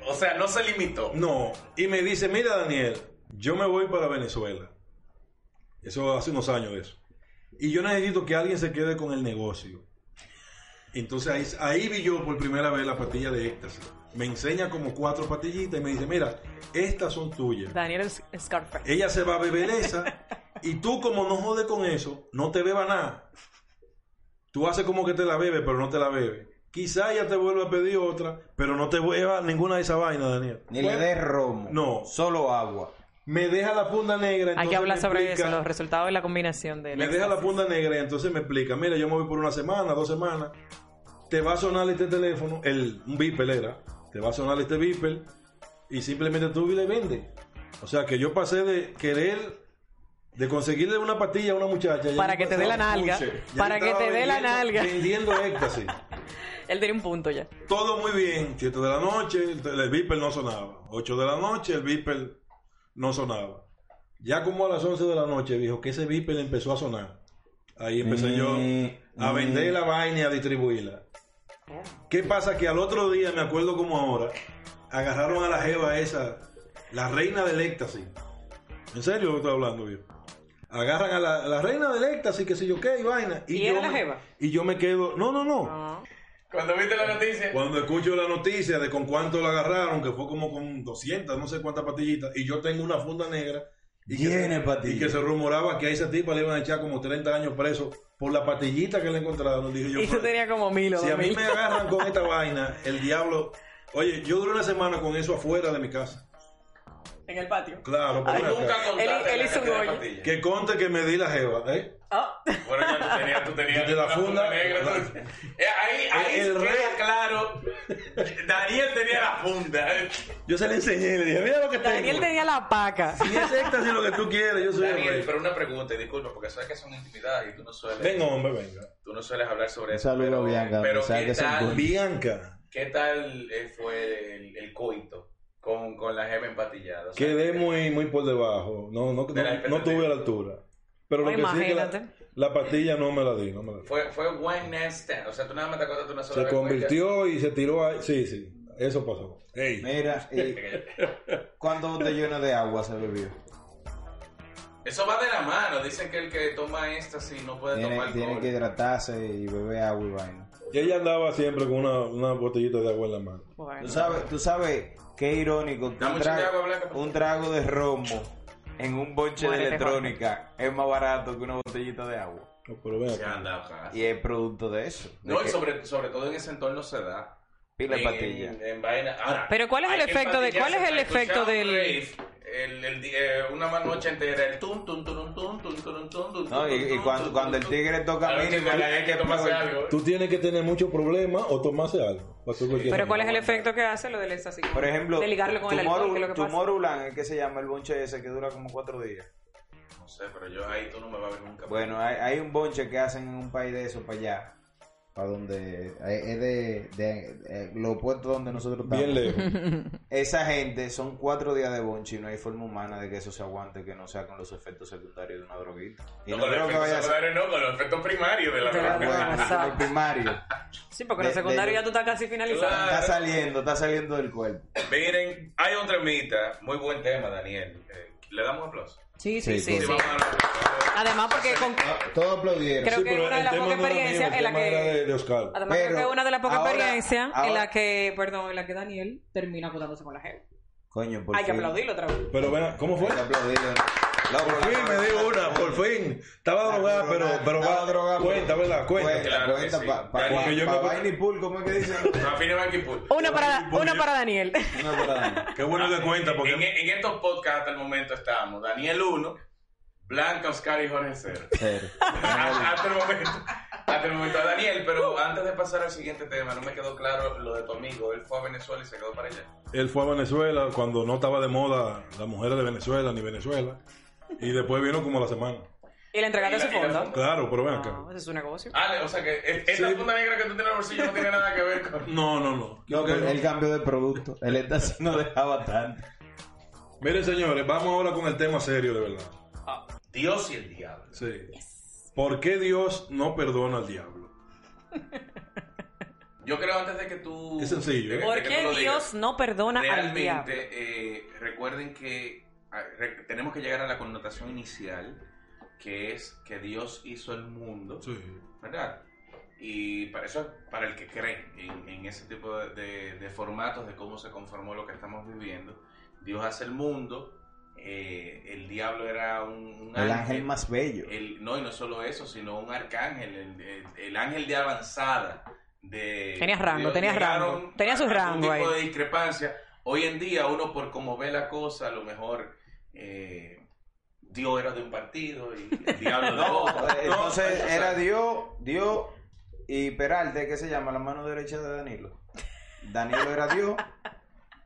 Speaker 1: O sea, no se limitó.
Speaker 2: No, y me dice, mira Daniel, yo me voy para Venezuela. Eso hace unos años de eso. Y yo necesito que alguien se quede con el negocio. Entonces ahí, ahí vi yo por primera vez la pastilla de éxtasis. Me enseña como cuatro pastillitas y me dice, mira, estas son tuyas.
Speaker 3: Daniel Scarface.
Speaker 2: Ella se va a beber esa y tú como no jode con eso, no te beba nada. Tú haces como que te la bebe, pero no te la bebe. Quizá ella te vuelva a pedir otra, pero no te beba ninguna de esas vainas, Daniel.
Speaker 4: Ni
Speaker 2: Bueno,
Speaker 4: le des romo.
Speaker 2: No.
Speaker 4: Solo agua.
Speaker 2: Me deja la punta negra.
Speaker 3: Hay que
Speaker 2: entonces
Speaker 3: hablar
Speaker 2: me
Speaker 3: sobre
Speaker 2: explica-
Speaker 3: eso, los resultados y la combinación de
Speaker 2: Me deja la punta negra y entonces me explica, mira, yo me voy por una semana, dos semanas, te va a sonar este teléfono, el, un beeper era, te va a sonar este beeper y simplemente tú le vendes. O sea que yo pasé de querer, de conseguirle una pastilla a una muchacha. ya
Speaker 3: Para
Speaker 2: yo
Speaker 3: que te dé
Speaker 2: estaba-
Speaker 3: la nalga,
Speaker 2: Escuche, ya
Speaker 3: para
Speaker 2: yo
Speaker 3: que
Speaker 2: estaba
Speaker 3: te dé la
Speaker 2: vendiendo-
Speaker 3: nalga.
Speaker 2: Vendiendo éxtasis.
Speaker 3: Él tiene un punto ya.
Speaker 2: Todo muy bien, 7 de la noche, el, te- el beeper no sonaba. 8 de la noche, el beeper no sonaba. Ya como a las 11 de la noche, dijo que ese beeper empezó a sonar. Ahí empecé
Speaker 4: Eh,
Speaker 2: yo a vender
Speaker 4: eh.
Speaker 2: la vaina y a distribuirla. ¿Qué pasa? Que al otro día, me acuerdo como ahora, agarraron a la jeva esa, la reina del éxtasis. ¿En serio lo que estoy hablando, viejo? Agarran a la, a la reina del éxtasis, que sé yo qué, y vaina.
Speaker 3: ¿Y
Speaker 2: yo
Speaker 3: era la
Speaker 2: me-
Speaker 3: jeva? Ah.
Speaker 2: Y yo me quedo, no, no, no.
Speaker 3: No.
Speaker 1: Cuando viste la noticia,
Speaker 2: Cuando escucho la noticia de con cuánto la agarraron, que fue como con 200, no sé cuántas patillitas, y yo tengo una funda negra. Y que,
Speaker 4: Llena de
Speaker 2: se,
Speaker 4: patillas.
Speaker 2: y que se rumoraba que a esa tipa le iban a echar como 30 años preso por la patillita que le encontraron. Dije yo,
Speaker 3: Y tú
Speaker 2: "Pero,
Speaker 3: tenías como mil o
Speaker 2: si
Speaker 3: dos
Speaker 2: a mí
Speaker 3: mil.
Speaker 2: me agarran con esta vaina, el diablo. Oye, yo duré una semana con eso afuera de mi casa.
Speaker 3: En el patio.
Speaker 2: Claro, pero
Speaker 1: tú
Speaker 2: ven acá.
Speaker 1: nunca contaste
Speaker 3: él
Speaker 1: la
Speaker 3: hizo
Speaker 1: cantidad de
Speaker 3: goya.
Speaker 1: pastillas.
Speaker 2: que conte que me di la jeva, ¿eh?
Speaker 3: Ah.
Speaker 1: Bueno, ya tú tenías, tú tenías
Speaker 2: De la
Speaker 1: una
Speaker 2: funda-
Speaker 1: negra.
Speaker 2: la-
Speaker 1: tú- Eh, ahí ahí
Speaker 2: El- el
Speaker 1: queda
Speaker 2: rey.
Speaker 1: claro. Daniel tenía la funda.
Speaker 2: Yo se la enseñé, le dije, mira lo que
Speaker 3: Daniel
Speaker 2: tengo.
Speaker 3: tenía la paca.
Speaker 2: Si es éxtasis lo que tú quieres, yo soy el
Speaker 1: Daniel,
Speaker 2: rey.
Speaker 1: pero una pregunta, y disculpa, porque sabes que son intimidades y tú no sueles,
Speaker 2: Venga, hombre, venga.
Speaker 1: tú no sueles hablar sobre
Speaker 4: Un
Speaker 1: eso.
Speaker 4: saludo
Speaker 1: pero,
Speaker 4: a Bianca,
Speaker 1: pero
Speaker 4: o sea,
Speaker 1: ¿qué,
Speaker 4: que son
Speaker 1: tal,
Speaker 4: buenos.
Speaker 2: Bianca,
Speaker 1: ¿qué tal eh, fue el, el coito con, con la gema empatillada? O sea,
Speaker 2: Quedé muy, muy por debajo. No, no,
Speaker 1: De la
Speaker 2: no, no tuve la altura. Pero lo
Speaker 3: No,
Speaker 2: que sí que la,
Speaker 3: imagínate.
Speaker 2: la pastilla no me la di, no me la di.
Speaker 1: Fue, fue one night stand. O sea, tú nada más te acuerdas de una sola
Speaker 2: Se
Speaker 1: vez con ella.
Speaker 2: convirtió y se tiró ahí. Sí, sí. Eso pasó. Ey.
Speaker 4: Mira, y ¿cuántos botellones de agua se bebió?
Speaker 1: Eso va de la mano. Dicen que el que toma éxtasis no puede
Speaker 4: Tiene,
Speaker 1: tomar
Speaker 4: tiene
Speaker 1: alcohol.
Speaker 4: que hidratarse y beber agua y vaina.
Speaker 2: Y ella andaba siempre con una, una botellita de agua en la mano.
Speaker 4: Tú
Speaker 3: Bueno.
Speaker 4: sabes, tú sabes qué irónico. que
Speaker 1: Da
Speaker 4: Un
Speaker 1: mucho de agua
Speaker 4: trago,
Speaker 1: blanca, por
Speaker 4: un trago de romo en un bonche de
Speaker 3: Muérete,
Speaker 4: electrónica es más barato que una botellita de agua.
Speaker 2: No, pero ven
Speaker 1: Se
Speaker 2: acá.
Speaker 1: anda, ojalá.
Speaker 4: Y es producto de eso. de
Speaker 1: No, y
Speaker 4: que
Speaker 1: sobre, sobre todo en ese entorno se da.
Speaker 4: pila de
Speaker 1: en,
Speaker 4: patilla.
Speaker 1: en- en vaina. Ahora,
Speaker 3: Pero ¿cuál es el
Speaker 1: hay que
Speaker 3: efecto de- cuál es el
Speaker 1: empatillarse.
Speaker 3: efecto
Speaker 1: Escuchaba
Speaker 3: del-
Speaker 1: un rave, el- el di- eh, una más noche entera, el tum, tum, tum, tum, tum, tum, tum, tum,
Speaker 4: No, y,
Speaker 1: tum,
Speaker 4: y
Speaker 1: tum,
Speaker 4: cuando,
Speaker 1: tum,
Speaker 4: cuando
Speaker 1: tum,
Speaker 4: el tigre toca
Speaker 1: Claro,
Speaker 4: mínimo,
Speaker 1: sí,
Speaker 4: él
Speaker 1: hay
Speaker 4: es
Speaker 1: que
Speaker 4: que
Speaker 1: tomarse
Speaker 4: prueba.
Speaker 1: algo.
Speaker 2: Tú tienes que tener muchos problemas o tomarse algo. para tú cualquier
Speaker 3: Pero ¿cuál es el
Speaker 2: cosa.
Speaker 3: efecto que hace lo del éxtasis?
Speaker 4: Por ejemplo,
Speaker 3: de ligarlo con el
Speaker 4: Tomorrow-
Speaker 3: alcohol, que es lo que pasa.
Speaker 4: Tomorrowland, es que se llama el bonche ese que dura como cuatro días.
Speaker 1: No sé, pero yo ahí tú no me vas a ver nunca.
Speaker 4: Bueno, hay, hay un bonche que hacen en un país de eso para allá. Para donde. eh, Es de, de- de- lo opuesto donde nosotros estamos.
Speaker 2: Bien lejos.
Speaker 4: Esa gente son cuatro días de bonche y no hay forma humana de que eso se aguante, que no sea con los efectos secundarios de una droguita. Y
Speaker 1: no,
Speaker 4: no,
Speaker 1: con
Speaker 4: creo
Speaker 1: los
Speaker 4: que vaya a
Speaker 1: efectos
Speaker 4: ser.
Speaker 1: secundarios no, con los efectos primarios de la
Speaker 3: De la
Speaker 1: droga.
Speaker 4: Ah, bueno,
Speaker 3: Exacto.
Speaker 4: con el primario.
Speaker 3: Sí, porque
Speaker 4: De-
Speaker 3: en el secundario
Speaker 4: de-
Speaker 3: ya tú estás casi finalizado.
Speaker 1: Claro.
Speaker 4: Está saliendo, está saliendo del cuerpo.
Speaker 1: Miren, hay otra mitad. Muy buen tema, Daniel. Eh, Le damos un aplauso.
Speaker 3: Sí, sí,
Speaker 4: Sí,
Speaker 3: sí.
Speaker 1: Sí,
Speaker 3: sí.
Speaker 1: vamos a dar-
Speaker 3: Además, porque con-
Speaker 4: Todos aplaudieron.
Speaker 3: Creo que
Speaker 2: pero
Speaker 3: una de
Speaker 2: el
Speaker 3: las
Speaker 2: tema
Speaker 3: pocas
Speaker 2: no era mío,
Speaker 3: experiencias
Speaker 2: el
Speaker 3: en la
Speaker 2: tema
Speaker 3: que-
Speaker 2: era de, de Oscar.
Speaker 3: Además,
Speaker 4: Pero
Speaker 3: creo que es una de las pocas
Speaker 4: ahora-
Speaker 3: experiencias en
Speaker 4: ahora-
Speaker 3: la que, perdón, en la que Daniel termina acotándose con la gente.
Speaker 4: Coño, por
Speaker 3: Hay que
Speaker 4: fin.
Speaker 3: aplaudirlo otra vez.
Speaker 2: Pero ven, ¿cómo fue?
Speaker 4: Hay que aplaudirlo. Loco,
Speaker 2: Por
Speaker 4: la
Speaker 2: fin
Speaker 4: cabeza
Speaker 2: me dio
Speaker 4: está
Speaker 2: una, por fin. Estaba
Speaker 4: Está
Speaker 2: drogada, pero,
Speaker 4: drogada,
Speaker 2: pero
Speaker 4: estaba
Speaker 2: va.
Speaker 4: drogada, pero-
Speaker 2: cuenta, ¿verdad? Cuenta.
Speaker 4: Cuenta,
Speaker 1: Claro que
Speaker 4: cuenta,
Speaker 1: sí.
Speaker 4: pa- pa-
Speaker 1: Porque
Speaker 4: pa-
Speaker 2: yo
Speaker 4: pa-
Speaker 2: me-
Speaker 4: vaina y pool, ¿cómo es que dicen?
Speaker 1: Rafine Banquipul.
Speaker 3: Una para,
Speaker 2: Voy-
Speaker 3: una
Speaker 2: voy-
Speaker 3: para Daniel.
Speaker 4: No, verdad.
Speaker 2: Qué bueno que cuenta, porque
Speaker 1: En, en estos podcasts hasta el momento estábamos Daniel 1, Blanca, Oscar y Jorge 0.
Speaker 4: Cero.
Speaker 1: hasta el momento. Hasta el momento a Daniel, pero antes de pasar al siguiente tema, no me quedó claro lo de tu amigo. Él fue a Venezuela y se quedó para allá.
Speaker 2: él fue a Venezuela cuando no estaba de moda las mujeres de Venezuela ni Venezuela. Y después vino como la semana.
Speaker 3: Y le entregaste su
Speaker 1: Y la- y la
Speaker 3: fondo.
Speaker 1: funda.
Speaker 2: Claro, pero ven acá.
Speaker 3: No, ese es su negocio.
Speaker 1: Ah, o sea que es- esta
Speaker 2: Sí.
Speaker 1: funda negra que tú tienes en el bolsillo no tiene nada que ver con.
Speaker 2: No, no, no.
Speaker 4: No,
Speaker 2: Pero-
Speaker 4: pero él cambió de producto. Él está haciendo dejaba tanto.
Speaker 2: Miren, señores, vamos ahora con el tema serio, de verdad.
Speaker 1: Dios y el diablo.
Speaker 2: Sí. ¿Por qué Dios no perdona al diablo?
Speaker 1: Yo creo antes de que tú.
Speaker 2: Es sencillo, ¿eh?
Speaker 1: de que- de
Speaker 3: ¿Por
Speaker 1: que tú
Speaker 3: qué
Speaker 1: lo digas.
Speaker 3: Dios no perdona al diablo?
Speaker 1: Realmente, eh, recuerden que ah, re- tenemos que llegar a la connotación inicial que es que Dios hizo el mundo,
Speaker 2: Sí.
Speaker 1: ¿verdad? Y para eso, para el que cree en, en ese tipo de, de- de formatos de cómo se conformó lo que estamos viviendo, Dios hace el mundo, eh, el diablo era un, un
Speaker 4: El ángel más bello.
Speaker 1: el- no, y no solo eso, sino un arcángel, el, el- el ángel de avanzada. De,
Speaker 3: Tenías rango,
Speaker 1: de-
Speaker 3: tenías
Speaker 1: llegaron
Speaker 3: rango, tenías un
Speaker 1: a- a
Speaker 3: rango
Speaker 1: algún tipo
Speaker 3: ahí.
Speaker 1: de discrepancia. Hoy en día, uno por cómo ve la cosa, a lo mejor eh, Dios era de un partido y el diablo de otro.
Speaker 4: Entonces
Speaker 1: No,
Speaker 4: era Dios, Dios y Peralta, ¿qué se llama? La mano derecha de Danilo. Danilo era Dios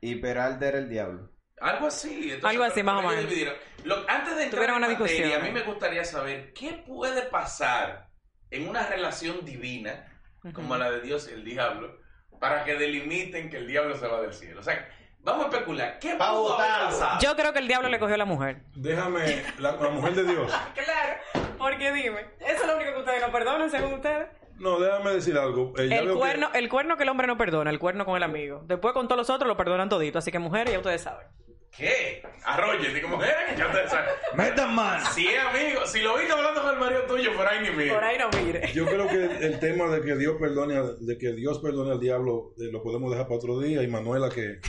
Speaker 4: y Peralta era el diablo.
Speaker 1: Algo así. entonces,
Speaker 3: Algo así,
Speaker 1: pero-
Speaker 3: más o
Speaker 1: pero ellos
Speaker 3: menos.
Speaker 1: dividieron. Lo- antes de entrar
Speaker 3: Tuvieron
Speaker 1: en
Speaker 3: una
Speaker 1: materia,
Speaker 3: discusión,
Speaker 1: a mí
Speaker 3: ¿eh?
Speaker 1: me gustaría saber qué puede pasar en una relación divina como la de Dios y el diablo, para que delimiten que el diablo se va del cielo. O sea, vamos a especular. ¿Qué
Speaker 4: Va a
Speaker 1: pudo haber
Speaker 4: votar.
Speaker 1: pasado?
Speaker 3: Yo creo que el diablo le cogió a la mujer.
Speaker 2: Déjame, la, la mujer de Dios.
Speaker 3: Claro, porque dime, eso es lo único que ustedes no perdonan, según ustedes.
Speaker 2: No, déjame decir algo. Eh, ya
Speaker 3: El
Speaker 2: veo que-
Speaker 3: cuerno, el cuerno que el hombre no perdona, el cuerno con el amigo. Después con todos los otros lo perdonan todito, así que mujeres ya ustedes saben.
Speaker 1: ¿Qué? Arroyo, digo, mujeres, ya te saben.
Speaker 4: ¡Metan mano!
Speaker 1: Si es amigo, si lo viste hablando con el marido tuyo, por ahí ni mira.
Speaker 3: Por ahí no mire.
Speaker 2: Yo creo que el tema de que Dios perdone, al- de que Dios perdone al diablo, eh, lo podemos dejar para otro día. Y Manuela que,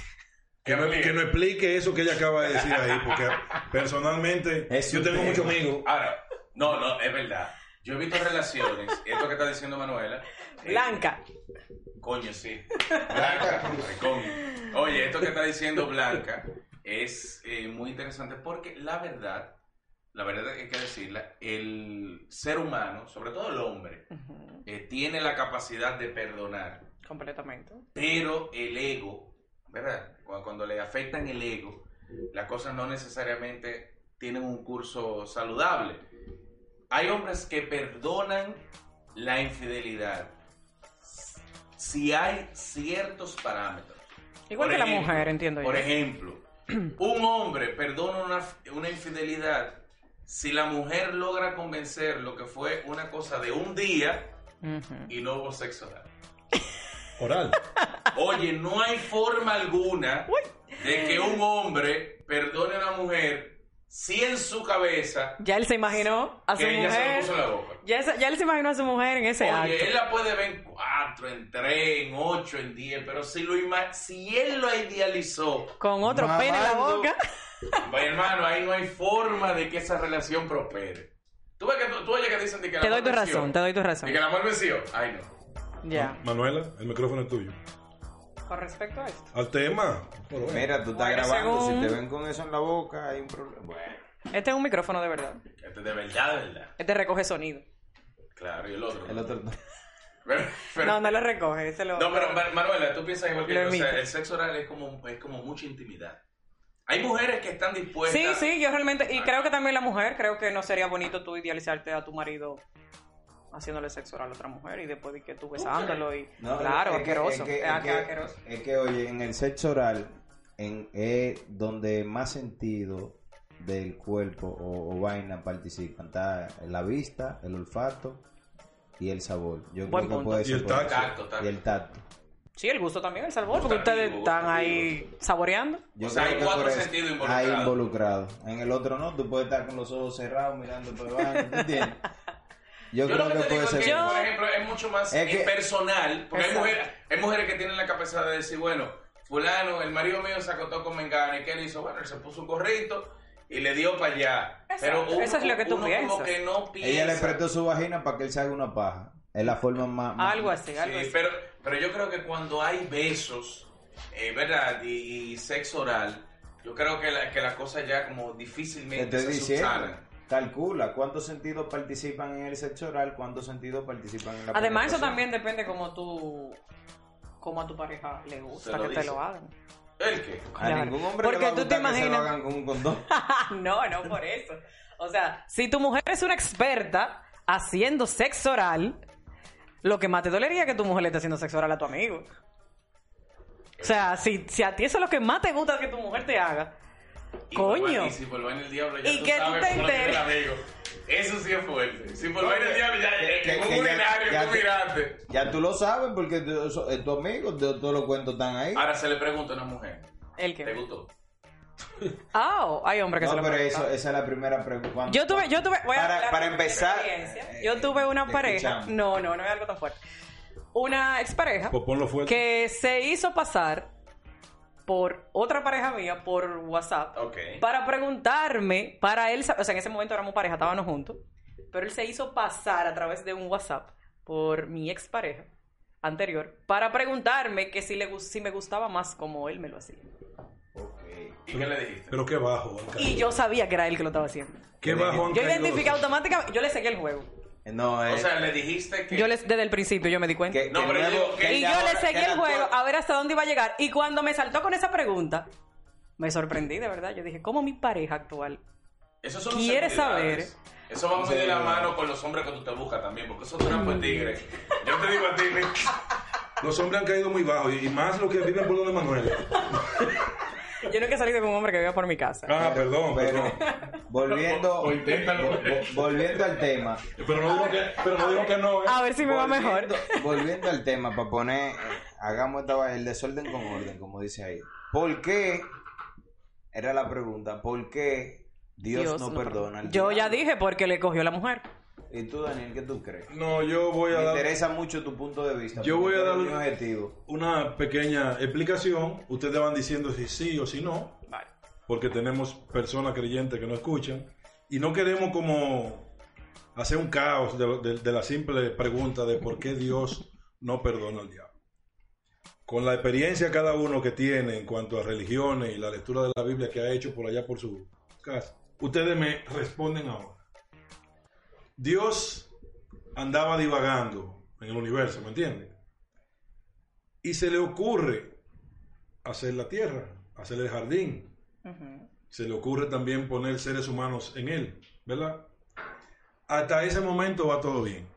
Speaker 2: que, no, que no explique eso que ella acaba de decir ahí, porque personalmente
Speaker 4: Es
Speaker 2: yo
Speaker 4: un
Speaker 2: tengo
Speaker 4: tema.
Speaker 2: muchos amigos.
Speaker 1: Ahora, no, no, es verdad. Yo he visto relaciones, esto que está diciendo Manuela. eh,
Speaker 3: Blanca.
Speaker 1: Coño, sí. Blanca, coño. Oye, esto que está diciendo Blanca es eh, muy interesante porque la verdad, la verdad hay que decirla, el ser humano, sobre todo el hombre,
Speaker 3: Ujú,
Speaker 1: eh, tiene la capacidad de perdonar,
Speaker 3: Completamente.
Speaker 1: pero el ego, ¿verdad? Cu- Cuando, le afectan el ego, las cosas no necesariamente tienen un curso saludable. Hay hombres que perdonan la infidelidad si hay ciertos parámetros.
Speaker 3: Igual
Speaker 1: Por
Speaker 3: que la
Speaker 1: ejemplo,
Speaker 3: mujer, entiendo yo.
Speaker 1: Por ejemplo, un hombre perdona una, una infidelidad si la mujer logra convencer lo que fue una cosa de un día
Speaker 3: Ujú.
Speaker 1: y no hubo sexo oral.
Speaker 2: Oral.
Speaker 1: Oye, no hay forma alguna de que un hombre perdone a una mujer si en su cabeza
Speaker 3: Ya él se imaginó a su
Speaker 1: que ella se lo
Speaker 3: mujer.
Speaker 1: puso en la boca.
Speaker 3: Ya, esa- ya él se imaginó a su mujer en ese
Speaker 1: Oye,
Speaker 3: acto.
Speaker 1: él la puede ver en cuatro, en tres, en ocho, en diez, pero si, lo ima- si él lo idealizó,
Speaker 3: Con otro pene en la
Speaker 4: Mamando.
Speaker 3: boca.
Speaker 1: mi hermano, ahí no hay forma de que esa relación prospere. Tú ves que tú, tú oyes que dicen de que el
Speaker 3: Te doy
Speaker 1: amor
Speaker 3: tu
Speaker 1: venció.
Speaker 3: razón, te doy tu razón.
Speaker 1: Y que el amor venció. Ay, no.
Speaker 3: Ya.
Speaker 2: Manuela, el micrófono es tuyo.
Speaker 3: Con respecto a esto.
Speaker 2: Al tema. por hoy.
Speaker 4: Mira, tú estás
Speaker 3: Bueno,
Speaker 4: grabando,
Speaker 3: según-
Speaker 4: si te ven con eso en la boca hay un problema. Bueno,
Speaker 3: Este es un micrófono de verdad.
Speaker 1: Este de verdad, de verdad.
Speaker 3: Este recoge sonido.
Speaker 1: Claro, y el otro.
Speaker 4: el otro...
Speaker 1: Pero- pero-
Speaker 3: no, no lo recoge. ese lo-
Speaker 1: No, pero Mar- Manuela, tú piensas igual que
Speaker 3: Lo
Speaker 1: yo. O sea,
Speaker 3: emite.
Speaker 1: el sexo oral es como, es como mucha intimidad. Hay mujeres que están dispuestas.
Speaker 3: Sí, sí, yo realmente. Y creo que también la mujer. Creo que no sería bonito tú idealizarte a tu marido haciéndole sexo oral a otra mujer y después de que tú besándolo. y
Speaker 4: No,
Speaker 3: Claro,
Speaker 4: es que-
Speaker 3: asqueroso.
Speaker 4: es que-
Speaker 3: Es
Speaker 4: es que-
Speaker 3: asqueroso.
Speaker 4: es que, oye, en el sexo oral en, es donde más sentido del cuerpo o, o vaina participan. Está la vista, el olfato y el sabor. Yo
Speaker 3: Buen
Speaker 4: creo que
Speaker 3: punto.
Speaker 4: puede
Speaker 2: Y
Speaker 4: ser
Speaker 2: el
Speaker 4: por ahí.
Speaker 2: tacto.
Speaker 1: Tacto, tacto.
Speaker 4: Y el tacto.
Speaker 3: Sí, el gusto también, el sabor, porque
Speaker 1: Gusto
Speaker 3: ustedes
Speaker 1: vivo,
Speaker 3: están
Speaker 1: gusto
Speaker 3: ahí saboreando.
Speaker 4: Yo
Speaker 1: O sea,
Speaker 4: creo
Speaker 1: hay
Speaker 4: que
Speaker 1: cuatro
Speaker 4: por eso
Speaker 1: sentidos
Speaker 4: hay
Speaker 1: involucrados.
Speaker 4: involucrado. En el otro no, tú puedes estar con los ojos cerrados mirando por abajo, ¿tú entiendes?
Speaker 1: Yo,
Speaker 4: Yo, creo
Speaker 1: lo que
Speaker 4: que
Speaker 1: te digo
Speaker 4: puede
Speaker 1: es
Speaker 4: ser
Speaker 1: que,
Speaker 4: por
Speaker 1: por
Speaker 4: ahí.
Speaker 1: ejemplo, es mucho más
Speaker 4: Es que-
Speaker 1: impersonal. Porque hay
Speaker 3: Exacto.
Speaker 1: mujeres, hay mujeres que tienen la capacidad de decir, bueno, fulano, el marido mío se acotó con Mengana. ¿Y qué él hizo? Bueno, él se puso un gorrito y le dio para allá.
Speaker 3: Exacto,
Speaker 1: Pero uno-
Speaker 3: eso es lo que tú
Speaker 1: uno Como
Speaker 3: piensas.
Speaker 1: que no
Speaker 4: Ella le
Speaker 1: piensa.
Speaker 4: prestó su vagina para que él se haga una paja. Es la forma más... más-
Speaker 3: Algo así, algo
Speaker 1: Sí,
Speaker 3: así.
Speaker 1: pero, pero yo creo que cuando hay besos, eh, ¿verdad? Y, y sexo oral, yo creo que la, que la cosa ya como
Speaker 4: Te
Speaker 1: difícilmente
Speaker 4: estoy
Speaker 1: se
Speaker 4: diciendo.
Speaker 1: subsanan.
Speaker 4: Calcula cuántos sentidos participan en el sexo oral, cuántos sentidos participan en la
Speaker 3: Además, eso
Speaker 4: penetración.
Speaker 3: también depende como tú. Como a tu pareja le gusta
Speaker 1: Se lo
Speaker 3: que te
Speaker 1: dice.
Speaker 3: lo hagan.
Speaker 1: ¿El qué?
Speaker 4: A
Speaker 3: Claro.
Speaker 4: ningún hombre
Speaker 3: Porque
Speaker 4: le va a
Speaker 3: tú te
Speaker 4: gustar que se lo
Speaker 3: imaginas-
Speaker 4: hagan con un condón.
Speaker 3: Ah, no, no por eso. O sea, si tu mujer es una experta haciendo sexo oral, lo que más te dolería es que tu mujer le esté haciendo sexo oral a tu amigo. O sea, si, si a ti eso es lo que más te gusta que tu mujer te haga,
Speaker 1: Y
Speaker 3: Coño.
Speaker 1: bueno, Y si por lo menos el diablo ya
Speaker 3: Y
Speaker 1: tú
Speaker 3: que tú
Speaker 1: sabes
Speaker 3: te
Speaker 1: cómo lo tiene el
Speaker 3: enteres.
Speaker 1: amigo. Eso sí es fuerte. Si por lo menos el diablo ya
Speaker 4: Que-
Speaker 1: eh,
Speaker 4: que-
Speaker 1: en un
Speaker 4: que ya-
Speaker 1: urinario, en
Speaker 4: ya
Speaker 1: un
Speaker 4: te-
Speaker 1: mirante.
Speaker 4: ya tú lo sabes porque tú- eso- es tu amigo, tú- todos los cuentos están ahí.
Speaker 1: Ahora se le pregunta a una mujer,
Speaker 3: el
Speaker 1: ¿te
Speaker 3: que.
Speaker 1: gustó?
Speaker 3: Ah, oh, hay hombres que se
Speaker 4: No,
Speaker 3: lo
Speaker 4: pero
Speaker 3: preguntan.
Speaker 4: eso, esa es la primera pregunta.
Speaker 3: Yo tuve, yo tuve, voy a
Speaker 4: Para-
Speaker 3: hablar
Speaker 4: para
Speaker 3: de mi
Speaker 4: empezar,
Speaker 3: experiencia.
Speaker 4: eh,
Speaker 3: Yo tuve una
Speaker 4: te
Speaker 3: pareja.
Speaker 4: escuchamos.
Speaker 3: No, no, no es algo tan fuerte. Una expareja
Speaker 2: Pues ponlo fuerte.
Speaker 3: que se hizo pasar por otra pareja mía por WhatsApp
Speaker 1: Ok.
Speaker 3: para preguntarme, para él, sa- o sea, en ese momento éramos pareja, estábamos juntos, pero él se hizo pasar a través de un WhatsApp por mi expareja anterior para preguntarme que si, le, gus- si me gustaba más como él me lo hacía.
Speaker 1: Ok. ¿Y qué le dijiste?
Speaker 2: Pero qué bajo. Alcaide.
Speaker 3: Y yo sabía que era él que lo estaba haciendo.
Speaker 2: Qué bajo.
Speaker 3: Yo
Speaker 2: Alcaide.
Speaker 3: identifiqué automáticamente, yo le seguí el juego.
Speaker 4: No,
Speaker 1: O
Speaker 4: es
Speaker 1: sea, le dijiste que.
Speaker 3: Yo les, desde el principio yo me di cuenta.
Speaker 4: que,
Speaker 1: No,
Speaker 4: que
Speaker 1: pero yo
Speaker 4: nuevo-
Speaker 1: digo que-
Speaker 4: que
Speaker 3: y
Speaker 4: ya
Speaker 3: yo le
Speaker 4: ahora-
Speaker 3: seguí
Speaker 4: que
Speaker 3: el
Speaker 4: la
Speaker 3: juego
Speaker 4: actual-
Speaker 3: a ver hasta dónde iba a llegar. Y cuando me saltó con esa pregunta, me sorprendí de verdad. Yo dije, ¿cómo mi pareja actual?
Speaker 1: Eso son
Speaker 3: ¿Quieres
Speaker 1: celebridades.
Speaker 3: saber?
Speaker 1: Eso va muy de la mano con los hombres que tú te buscas también, porque esos trampos de tigre. Yo te digo a ti, mi-
Speaker 2: Los hombres han caído muy bajo y y más los que viven por donde Manuel.
Speaker 3: Yo nunca he salido con un hombre que viva por mi casa.
Speaker 2: Ah, perdón,
Speaker 4: Pero,
Speaker 2: perdón.
Speaker 4: volviendo,
Speaker 1: O- o inténtalo.
Speaker 4: vo- vo- volviendo al tema.
Speaker 2: Pero no digo que, pero no, digo que no, ¿eh?
Speaker 3: A ver si me va mejor.
Speaker 4: Volviendo- Volviendo al tema, para poner, eh, hagamos esta vaina, el desorden con orden, como dice ahí. ¿Por qué? Era la pregunta, ¿por qué Dios, no, perdona? al
Speaker 3: Yo
Speaker 4: diablo?
Speaker 3: ya dije porque le cogió la mujer.
Speaker 4: ¿Y tú, Daniel, qué tú crees?
Speaker 2: No, yo voy a
Speaker 4: Me
Speaker 2: dar
Speaker 4: interesa mucho tu punto de vista.
Speaker 2: Yo
Speaker 4: porque
Speaker 2: voy a
Speaker 4: tú eres
Speaker 2: dar-
Speaker 4: mi objetivo.
Speaker 2: una pequeña explicación. Ustedes van diciendo si sí o si no,
Speaker 3: Vale.
Speaker 2: porque tenemos personas creyentes que no escuchan. Y no queremos como hacer un caos de, de- de la simple pregunta de por qué Dios no perdona al diablo. Con la experiencia cada uno que tiene en cuanto a religiones y la lectura de la Biblia que ha hecho por allá por su casa, ustedes me responden ahora. Dios andaba divagando en el universo, ¿me entiendes? Y se le ocurre hacer la tierra, hacer el jardín, se le ocurre también poner seres humanos en él, ¿verdad? Hasta ese momento va todo bien.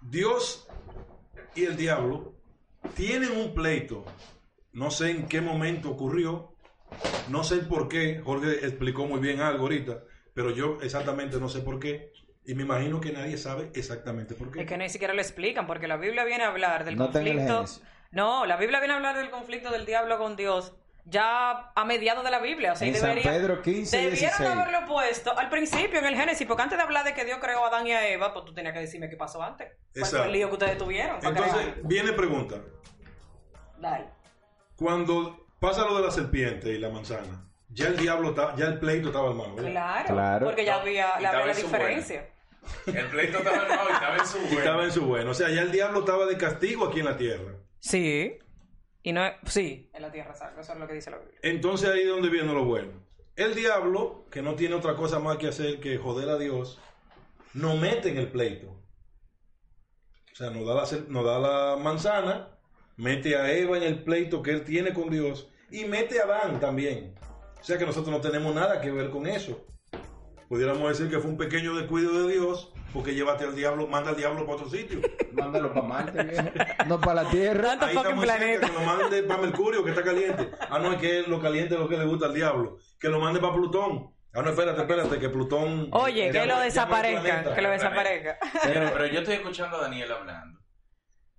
Speaker 2: Dios y el diablo tienen un pleito. No sé en qué momento ocurrió, no sé el por qué. Jorge explicó muy bien algo ahorita, pero yo exactamente no sé por qué. Y me imagino que nadie sabe exactamente por qué.
Speaker 3: Es que ni siquiera lo explican porque la Biblia viene a hablar del
Speaker 4: No tenga el
Speaker 3: conflicto.
Speaker 4: Génesis.
Speaker 3: No, la Biblia viene a hablar del conflicto del diablo con Dios ya a mediados de la Biblia. O sea,
Speaker 4: En San
Speaker 3: debería,
Speaker 4: Pedro 15 y
Speaker 3: debieron
Speaker 4: 16.
Speaker 3: haberlo puesto al principio en el Génesis, porque antes de hablar de que Dios creó a Adán y a Eva, pues tú tenías que decirme qué pasó antes. ¿Cuál fue
Speaker 2: Exacto.
Speaker 3: el lío que ustedes tuvieron? ¿Para qué
Speaker 2: Entonces, viene pregunta.
Speaker 3: hablar? Dale.
Speaker 2: Cuando pasa lo de la serpiente y la manzana, ya el diablo está, ya el pleito estaba armado. ¿verdad?
Speaker 3: Pues, Claro,
Speaker 4: Claro.
Speaker 3: porque ya había,
Speaker 1: Y
Speaker 3: la,
Speaker 1: estaba
Speaker 3: había la
Speaker 1: en su buena.
Speaker 3: diferencia.
Speaker 1: El pleito estaba en y estaba en su
Speaker 2: Y estaba
Speaker 1: vuelo.
Speaker 2: en su bueno. O sea, ya el diablo estaba de castigo aquí en la tierra.
Speaker 3: Sí. Y no es- sí. En la tierra, ¿sabes? Eso es lo que dice la Biblia.
Speaker 2: Entonces ahí es donde viene lo bueno. El diablo, que no tiene otra cosa más que hacer que joder a Dios, no mete en el pleito. O sea, nos da, la, ser- nos da la manzana, mete a Eva en el pleito que él tiene con Dios y mete a Adán también. O sea que nosotros no tenemos nada que ver con eso. Pudiéramos decir que fue un pequeño descuido de Dios porque llévate al diablo, manda al diablo para otro sitio.
Speaker 4: Mándalo para Marte, viejo. No para la Tierra.
Speaker 3: Tanto
Speaker 2: Ahí está
Speaker 3: fucking
Speaker 2: muy cerca,
Speaker 3: planeta.
Speaker 2: que lo mande para Mercurio, que está caliente. Ah, no, es que lo caliente es lo que le gusta al diablo. Que lo mande para Plutón. Ah, no, espérate, espérate, que Plutón... llama-
Speaker 3: Oye, que lo
Speaker 2: llama al
Speaker 3: desaparezca.
Speaker 2: planeta.
Speaker 3: Que lo desaparezca.
Speaker 1: Pero, pero yo estoy escuchando a Daniel hablando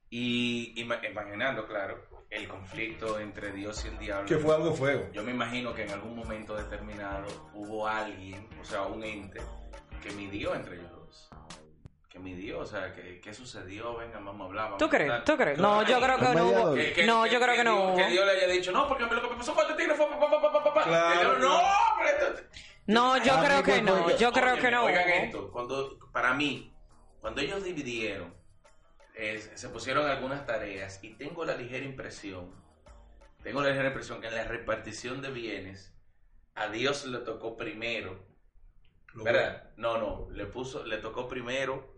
Speaker 1: y ima- imaginando, claro, el conflicto entre Dios y el diablo.
Speaker 2: Que fue algo fuego.
Speaker 1: Yo me imagino que en algún momento determinado hubo alguien, o sea, un ente, que midió entre ellos dos. Que midió, o sea, que, ¿qué sucedió? Venga, vamos a hablar. vamos
Speaker 3: ¿Tú
Speaker 1: a
Speaker 3: crees?
Speaker 1: hablar.
Speaker 3: ¿Tú crees? No, yo creo que no hubo.
Speaker 4: Mediador.
Speaker 3: No, yo creo que no
Speaker 1: Dios-
Speaker 3: hubo.
Speaker 1: Que Dios le haya dicho, no, porque lo que me pasó con este tigre fue. Pa, pa, pa, pa, pa, pa".
Speaker 2: Claro,
Speaker 1: Y el diablo,
Speaker 2: claro.
Speaker 1: no, pero esto-
Speaker 3: No, yo creo que no. Yo creo
Speaker 1: Óyeme,
Speaker 3: que no
Speaker 1: pues,
Speaker 3: ¿eh?
Speaker 1: Oigan
Speaker 3: hubo.
Speaker 1: esto, cuando, para mí, cuando ellos dividieron, es- se pusieron algunas tareas y tengo la ligera impresión, tengo la ligera impresión que en la repartición de bienes, a Dios le tocó primero,
Speaker 2: Lo-
Speaker 1: ¿verdad? No, no, le puso, le tocó primero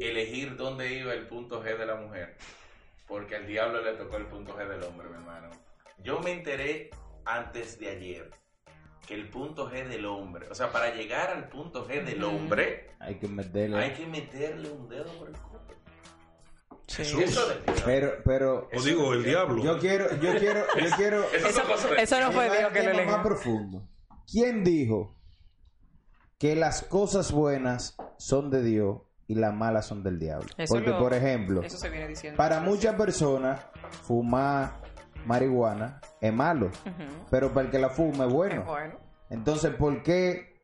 Speaker 1: elegir dónde iba el punto G de la mujer, porque al diablo le tocó el punto G del hombre, mi hermano. Yo me enteré antes de ayer que el punto G del hombre, o sea, para llegar al punto G del
Speaker 3: Ujú.
Speaker 1: hombre,
Speaker 4: Hay que meterle.
Speaker 1: hay que meterle un dedo por el culo.
Speaker 2: Jesús.
Speaker 1: Eso de-
Speaker 4: Pero, pero,
Speaker 2: O digo, el diablo.
Speaker 4: yo quiero, yo quiero, yo quiero.
Speaker 1: Eso son cosas de-
Speaker 3: Eso no fue
Speaker 4: llevar
Speaker 3: Dios
Speaker 4: el
Speaker 3: que lo
Speaker 4: tema más
Speaker 3: eligió.
Speaker 4: profundo. ¿Quién dijo que las cosas buenas son de Dios y las malas son del diablo?
Speaker 3: Eso
Speaker 4: Porque,
Speaker 3: lo-
Speaker 4: por ejemplo,
Speaker 3: Eso se viene diciendo.
Speaker 4: para muchas personas, fumar, marihuana es malo,
Speaker 3: Ujú.
Speaker 4: pero para el que la fuma es bueno.
Speaker 3: Es bueno.
Speaker 4: Entonces, ¿por qué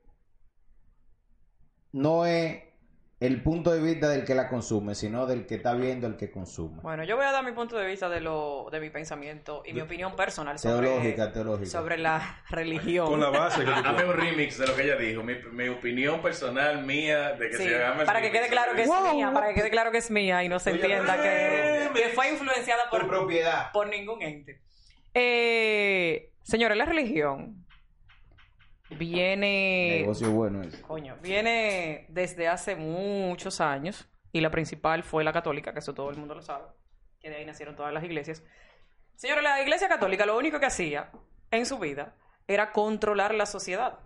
Speaker 4: no es el punto de vista del que la consume, sino del que está viendo el que consume?
Speaker 3: Bueno, yo voy a dar mi punto de vista de lo de mi pensamiento y mi opinión personal sobre,
Speaker 4: Teológica, teológica.
Speaker 3: sobre la religión.
Speaker 2: Con la base que tú
Speaker 1: Hazme
Speaker 2: tienes.
Speaker 1: un remix de lo que ella dijo. Mi, mi opinión personal mía de que
Speaker 3: Sí,
Speaker 1: se haga el
Speaker 3: para que
Speaker 1: remix.
Speaker 3: quede claro que es
Speaker 4: Wow.
Speaker 3: mía, para que quede claro que es mía y no se
Speaker 4: Oye,
Speaker 3: entienda que,
Speaker 4: eh,
Speaker 3: que fue influenciada
Speaker 4: Por
Speaker 3: por,
Speaker 4: propiedad.
Speaker 3: por ningún ente. Eh, señores, la religión viene
Speaker 4: Negocio bueno ese.
Speaker 3: Coño, viene desde hace muchos años y la principal fue la católica, que eso todo el mundo lo sabe, que de ahí nacieron todas las iglesias. Señora, la iglesia católica lo único que hacía en su vida era controlar la sociedad.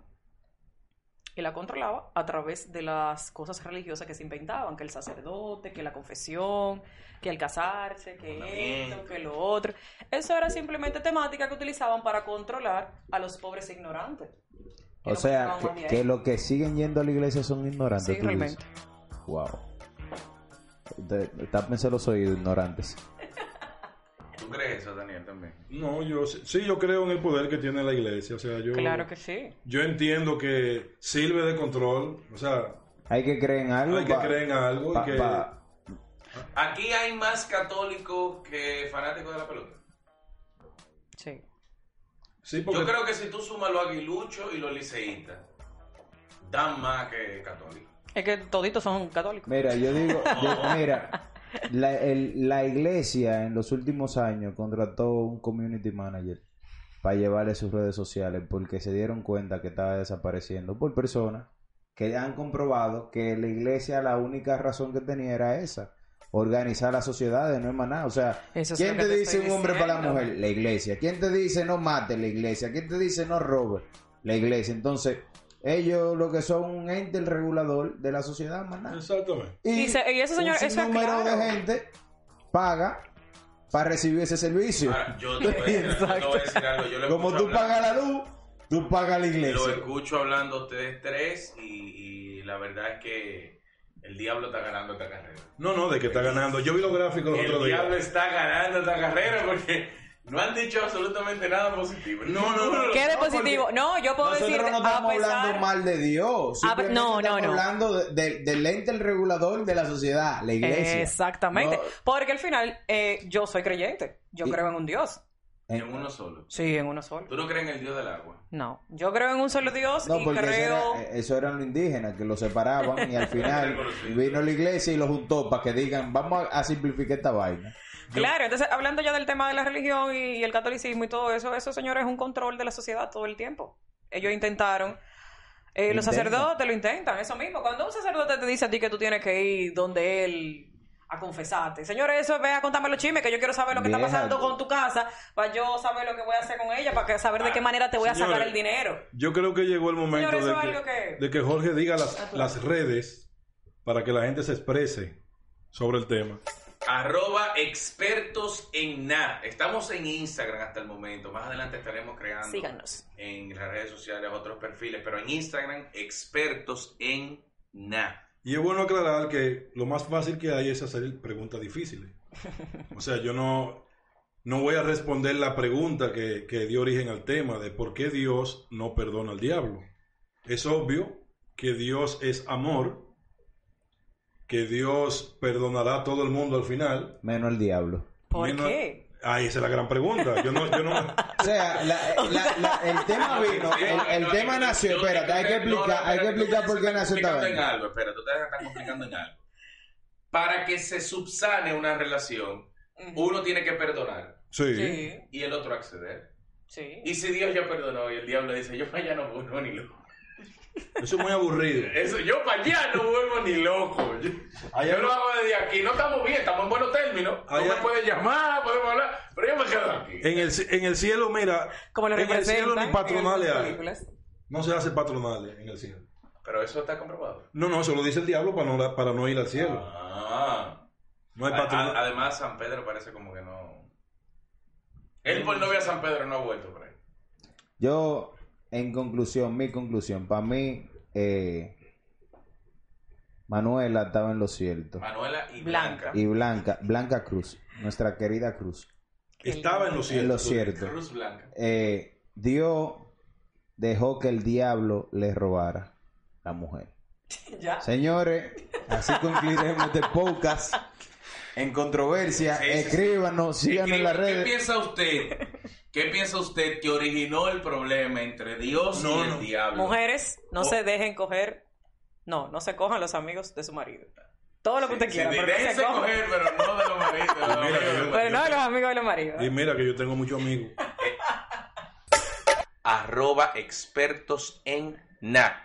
Speaker 3: Y la controlaba a través de las cosas religiosas que se inventaban, que el sacerdote, que la confesión, que el casarse, que esto, que lo otro. Eso era simplemente temática que utilizaban para controlar a los pobres e ignorantes.
Speaker 4: O sea, que, que los que siguen yendo a la iglesia son ignorantes.
Speaker 3: Sí,
Speaker 4: tú dices.
Speaker 3: realmente.
Speaker 4: Wow. Te- Tápense los oídos, ignorantes.
Speaker 1: ¿Tú crees eso, Daniel, también?
Speaker 2: No, yo sí, sí, yo creo en el poder que tiene la iglesia. O sea, yo,
Speaker 3: Claro que sí.
Speaker 2: yo entiendo que sirve de control. O sea,
Speaker 4: Hay que creer en algo.
Speaker 2: hay que
Speaker 4: pa-
Speaker 2: creer en algo
Speaker 4: pa-
Speaker 2: y que.
Speaker 4: pa-
Speaker 1: Aquí hay más católicos que fanáticos de la pelota.
Speaker 3: Sí.
Speaker 2: Sí, porque
Speaker 1: Yo creo que si tú sumas los aguiluchos y los liceístas, dan más que católicos.
Speaker 3: Es que toditos son católicos.
Speaker 4: Mira, yo digo, yo- mira, la, el- la iglesia en los últimos años contrató un community manager para llevarle sus redes sociales porque se dieron cuenta que estaba desapareciendo por personas que han comprobado que la iglesia la única razón que tenía era esa, organizar las sociedades, no es más nada. O sea,
Speaker 3: Eso es
Speaker 4: ¿quién
Speaker 3: lo
Speaker 4: te,
Speaker 3: que te
Speaker 4: dice
Speaker 3: estoy
Speaker 4: un hombre para la
Speaker 3: diciendo.
Speaker 4: mujer? La iglesia. ¿Quién te dice no mate? La iglesia. ¿Quién te dice no robe? La iglesia. Entonces, ellos lo que son un ente, el regulador de la sociedad, más nada.
Speaker 2: Exactamente.
Speaker 3: Y se- y eso, señor, eso
Speaker 4: un
Speaker 3: es
Speaker 4: número
Speaker 3: claro.
Speaker 4: de gente paga para recibir ese servicio.
Speaker 1: Ahora, yo te voy a decir, yo te voy a decir algo. Yo lo
Speaker 4: Como
Speaker 1: escucho
Speaker 4: tú
Speaker 1: hablar-
Speaker 4: pagas la luz, tú pagas la
Speaker 1: Lo
Speaker 4: iglesia.
Speaker 1: escucho hablando a ustedes tres y, y la verdad es que el diablo está ganando esta carrera.
Speaker 2: No, no, de que está ganando. Yo vi los gráficos los
Speaker 1: El
Speaker 2: otros días.
Speaker 1: diablo está ganando esta carrera porque no han dicho absolutamente nada positivo. No, no, no.
Speaker 3: ¿Qué de
Speaker 4: No,
Speaker 3: positivo?
Speaker 4: porque
Speaker 3: No, yo puedo
Speaker 4: Nosotros
Speaker 3: decir.
Speaker 4: no estamos hablando mal de Dios.
Speaker 3: A ver,
Speaker 4: simplemente
Speaker 3: Ah, no, no,
Speaker 4: estamos
Speaker 3: no.
Speaker 4: hablando de- de- del ente, el regulador de la sociedad, la iglesia.
Speaker 3: Exactamente.
Speaker 4: No.
Speaker 3: Porque al final, eh, yo soy creyente. Yo
Speaker 4: Y-
Speaker 3: creo en un Dios.
Speaker 1: En uno solo.
Speaker 3: Sí, en uno solo.
Speaker 1: ¿Tú no crees en el dios del agua?
Speaker 3: No, yo creo en un solo Dios
Speaker 4: No,
Speaker 3: y
Speaker 4: porque eso,
Speaker 3: creo.
Speaker 4: era- eh, eso eran los indígenas que los separaban y al final
Speaker 1: Reconocido.
Speaker 4: vino la iglesia y los juntó para que digan, vamos a, a simplificar esta vaina.
Speaker 3: Claro, entonces hablando ya del tema de la religión y, y el catolicismo y todo eso, eso, señores, es un control de la sociedad todo el tiempo. Ellos intentaron. eh,
Speaker 4: Lo
Speaker 3: los
Speaker 4: intentan.
Speaker 3: sacerdotes lo intentan, eso mismo. Cuando un sacerdote te dice a ti que tú tienes que ir donde él a confesarte, señores, eso ve a contarme los chismes, que yo quiero saber lo que está
Speaker 4: Vieja.
Speaker 3: pasando con tu casa, para yo saber lo que voy a hacer con ella, para que saber de qué manera te voy a sacar
Speaker 2: Ah, Señores,
Speaker 3: el dinero.
Speaker 2: Yo creo que llegó el momento
Speaker 3: Señor, eso es
Speaker 2: de,
Speaker 3: algo
Speaker 2: que,
Speaker 3: que-
Speaker 2: de que Jorge diga las, las redes para que la gente se exprese sobre el tema.
Speaker 1: Arroba expertos en nada. Estamos en Instagram hasta el momento. Más adelante estaremos creando
Speaker 3: Síganos.
Speaker 1: en las redes sociales otros perfiles, pero en Instagram expertos en nada.
Speaker 2: Y es bueno aclarar que lo más fácil que hay es hacer preguntas difíciles. O sea, yo no, no voy a responder la pregunta que, que dio origen al tema de por qué Dios no perdona al diablo. Es obvio que Dios es amor, que Dios perdonará a todo el mundo al final.
Speaker 4: Menos el diablo.
Speaker 3: ¿Por
Speaker 2: Menos-
Speaker 3: qué?
Speaker 2: Ay, esa es la gran pregunta. Yo no, yo no,
Speaker 4: O sea, la- la- la- el tema vino, el, el tema nació, espérate, hay que explicar, hay que explicar por qué nació esta
Speaker 1: Espérate, en
Speaker 4: vaina.
Speaker 1: algo, espérate, ustedes están complicando en algo. Para que se subsane una relación,
Speaker 3: Ujú.
Speaker 1: uno tiene que perdonar
Speaker 2: sí.
Speaker 3: Sí,
Speaker 1: y el otro acceder.
Speaker 3: sí.
Speaker 1: Y si Dios ya perdonó y el diablo dice, yo para allá no vuelvo ni loco.
Speaker 2: Eso es muy aburrido.
Speaker 1: Eso, yo para allá no vuelvo ni loco. Yo, yo lo hago desde aquí. No estamos bien, estamos en buenos términos. Tú
Speaker 2: Allá-
Speaker 1: me puedes llamar, podemos hablar, pero yo me quedo aquí.
Speaker 2: En el, ci- en el cielo, mira,
Speaker 3: Como lo
Speaker 2: en el cielo ni
Speaker 3: representan
Speaker 2: patronales
Speaker 3: en esas
Speaker 2: hay.
Speaker 3: películas.
Speaker 2: No se hace patronales en el cielo.
Speaker 1: Pero eso está comprobado.
Speaker 2: No, no, eso lo dice el diablo para no, para no ir al cielo.
Speaker 1: Ah.
Speaker 2: No hay
Speaker 1: A- a-
Speaker 2: patronales.
Speaker 1: además, San Pedro parece como que no. Él
Speaker 3: Mm.
Speaker 1: por novia a San Pedro no ha vuelto por ahí.
Speaker 4: Yo, en conclusión, mi conclusión, para mí, eh, Manuela
Speaker 1: Ah.
Speaker 4: estaba en lo cierto.
Speaker 1: Manuela y Blanca.
Speaker 3: Blanca.
Speaker 4: Y Blanca, Blanca Cruz, nuestra querida Cruz.
Speaker 2: Estaba en lo cierto.
Speaker 4: en lo cierto.
Speaker 1: Cruz Blanca.
Speaker 4: Eh, Dios dejó que el diablo le robara la mujer.
Speaker 3: Ya.
Speaker 4: Señores, así concluiremos este podcast. En controversia,
Speaker 1: Sí, sí, sí.
Speaker 4: escríbanos, síganos en las
Speaker 1: ¿Qué- ¿Qué
Speaker 4: redes.
Speaker 1: piensa usted? ¿Qué piensa usted que originó el problema entre Dios
Speaker 2: No,
Speaker 1: y el
Speaker 2: no.
Speaker 1: diablo?
Speaker 3: Mujeres, no
Speaker 1: Oh.
Speaker 3: se dejen coger. No, no se cojan los amigos de su marido. Todo lo que usted
Speaker 1: Sí,
Speaker 3: quiera,
Speaker 1: sí,
Speaker 3: pero no
Speaker 1: déjense
Speaker 3: se Pues- cojan.
Speaker 1: coger, pero no de los maridos. de los
Speaker 2: Mira,
Speaker 1: amigos de los
Speaker 3: Pero no
Speaker 1: maridos.
Speaker 3: de los amigos de los maridos.
Speaker 2: Y mira que yo tengo muchos amigos.
Speaker 1: Arroba expertos en na.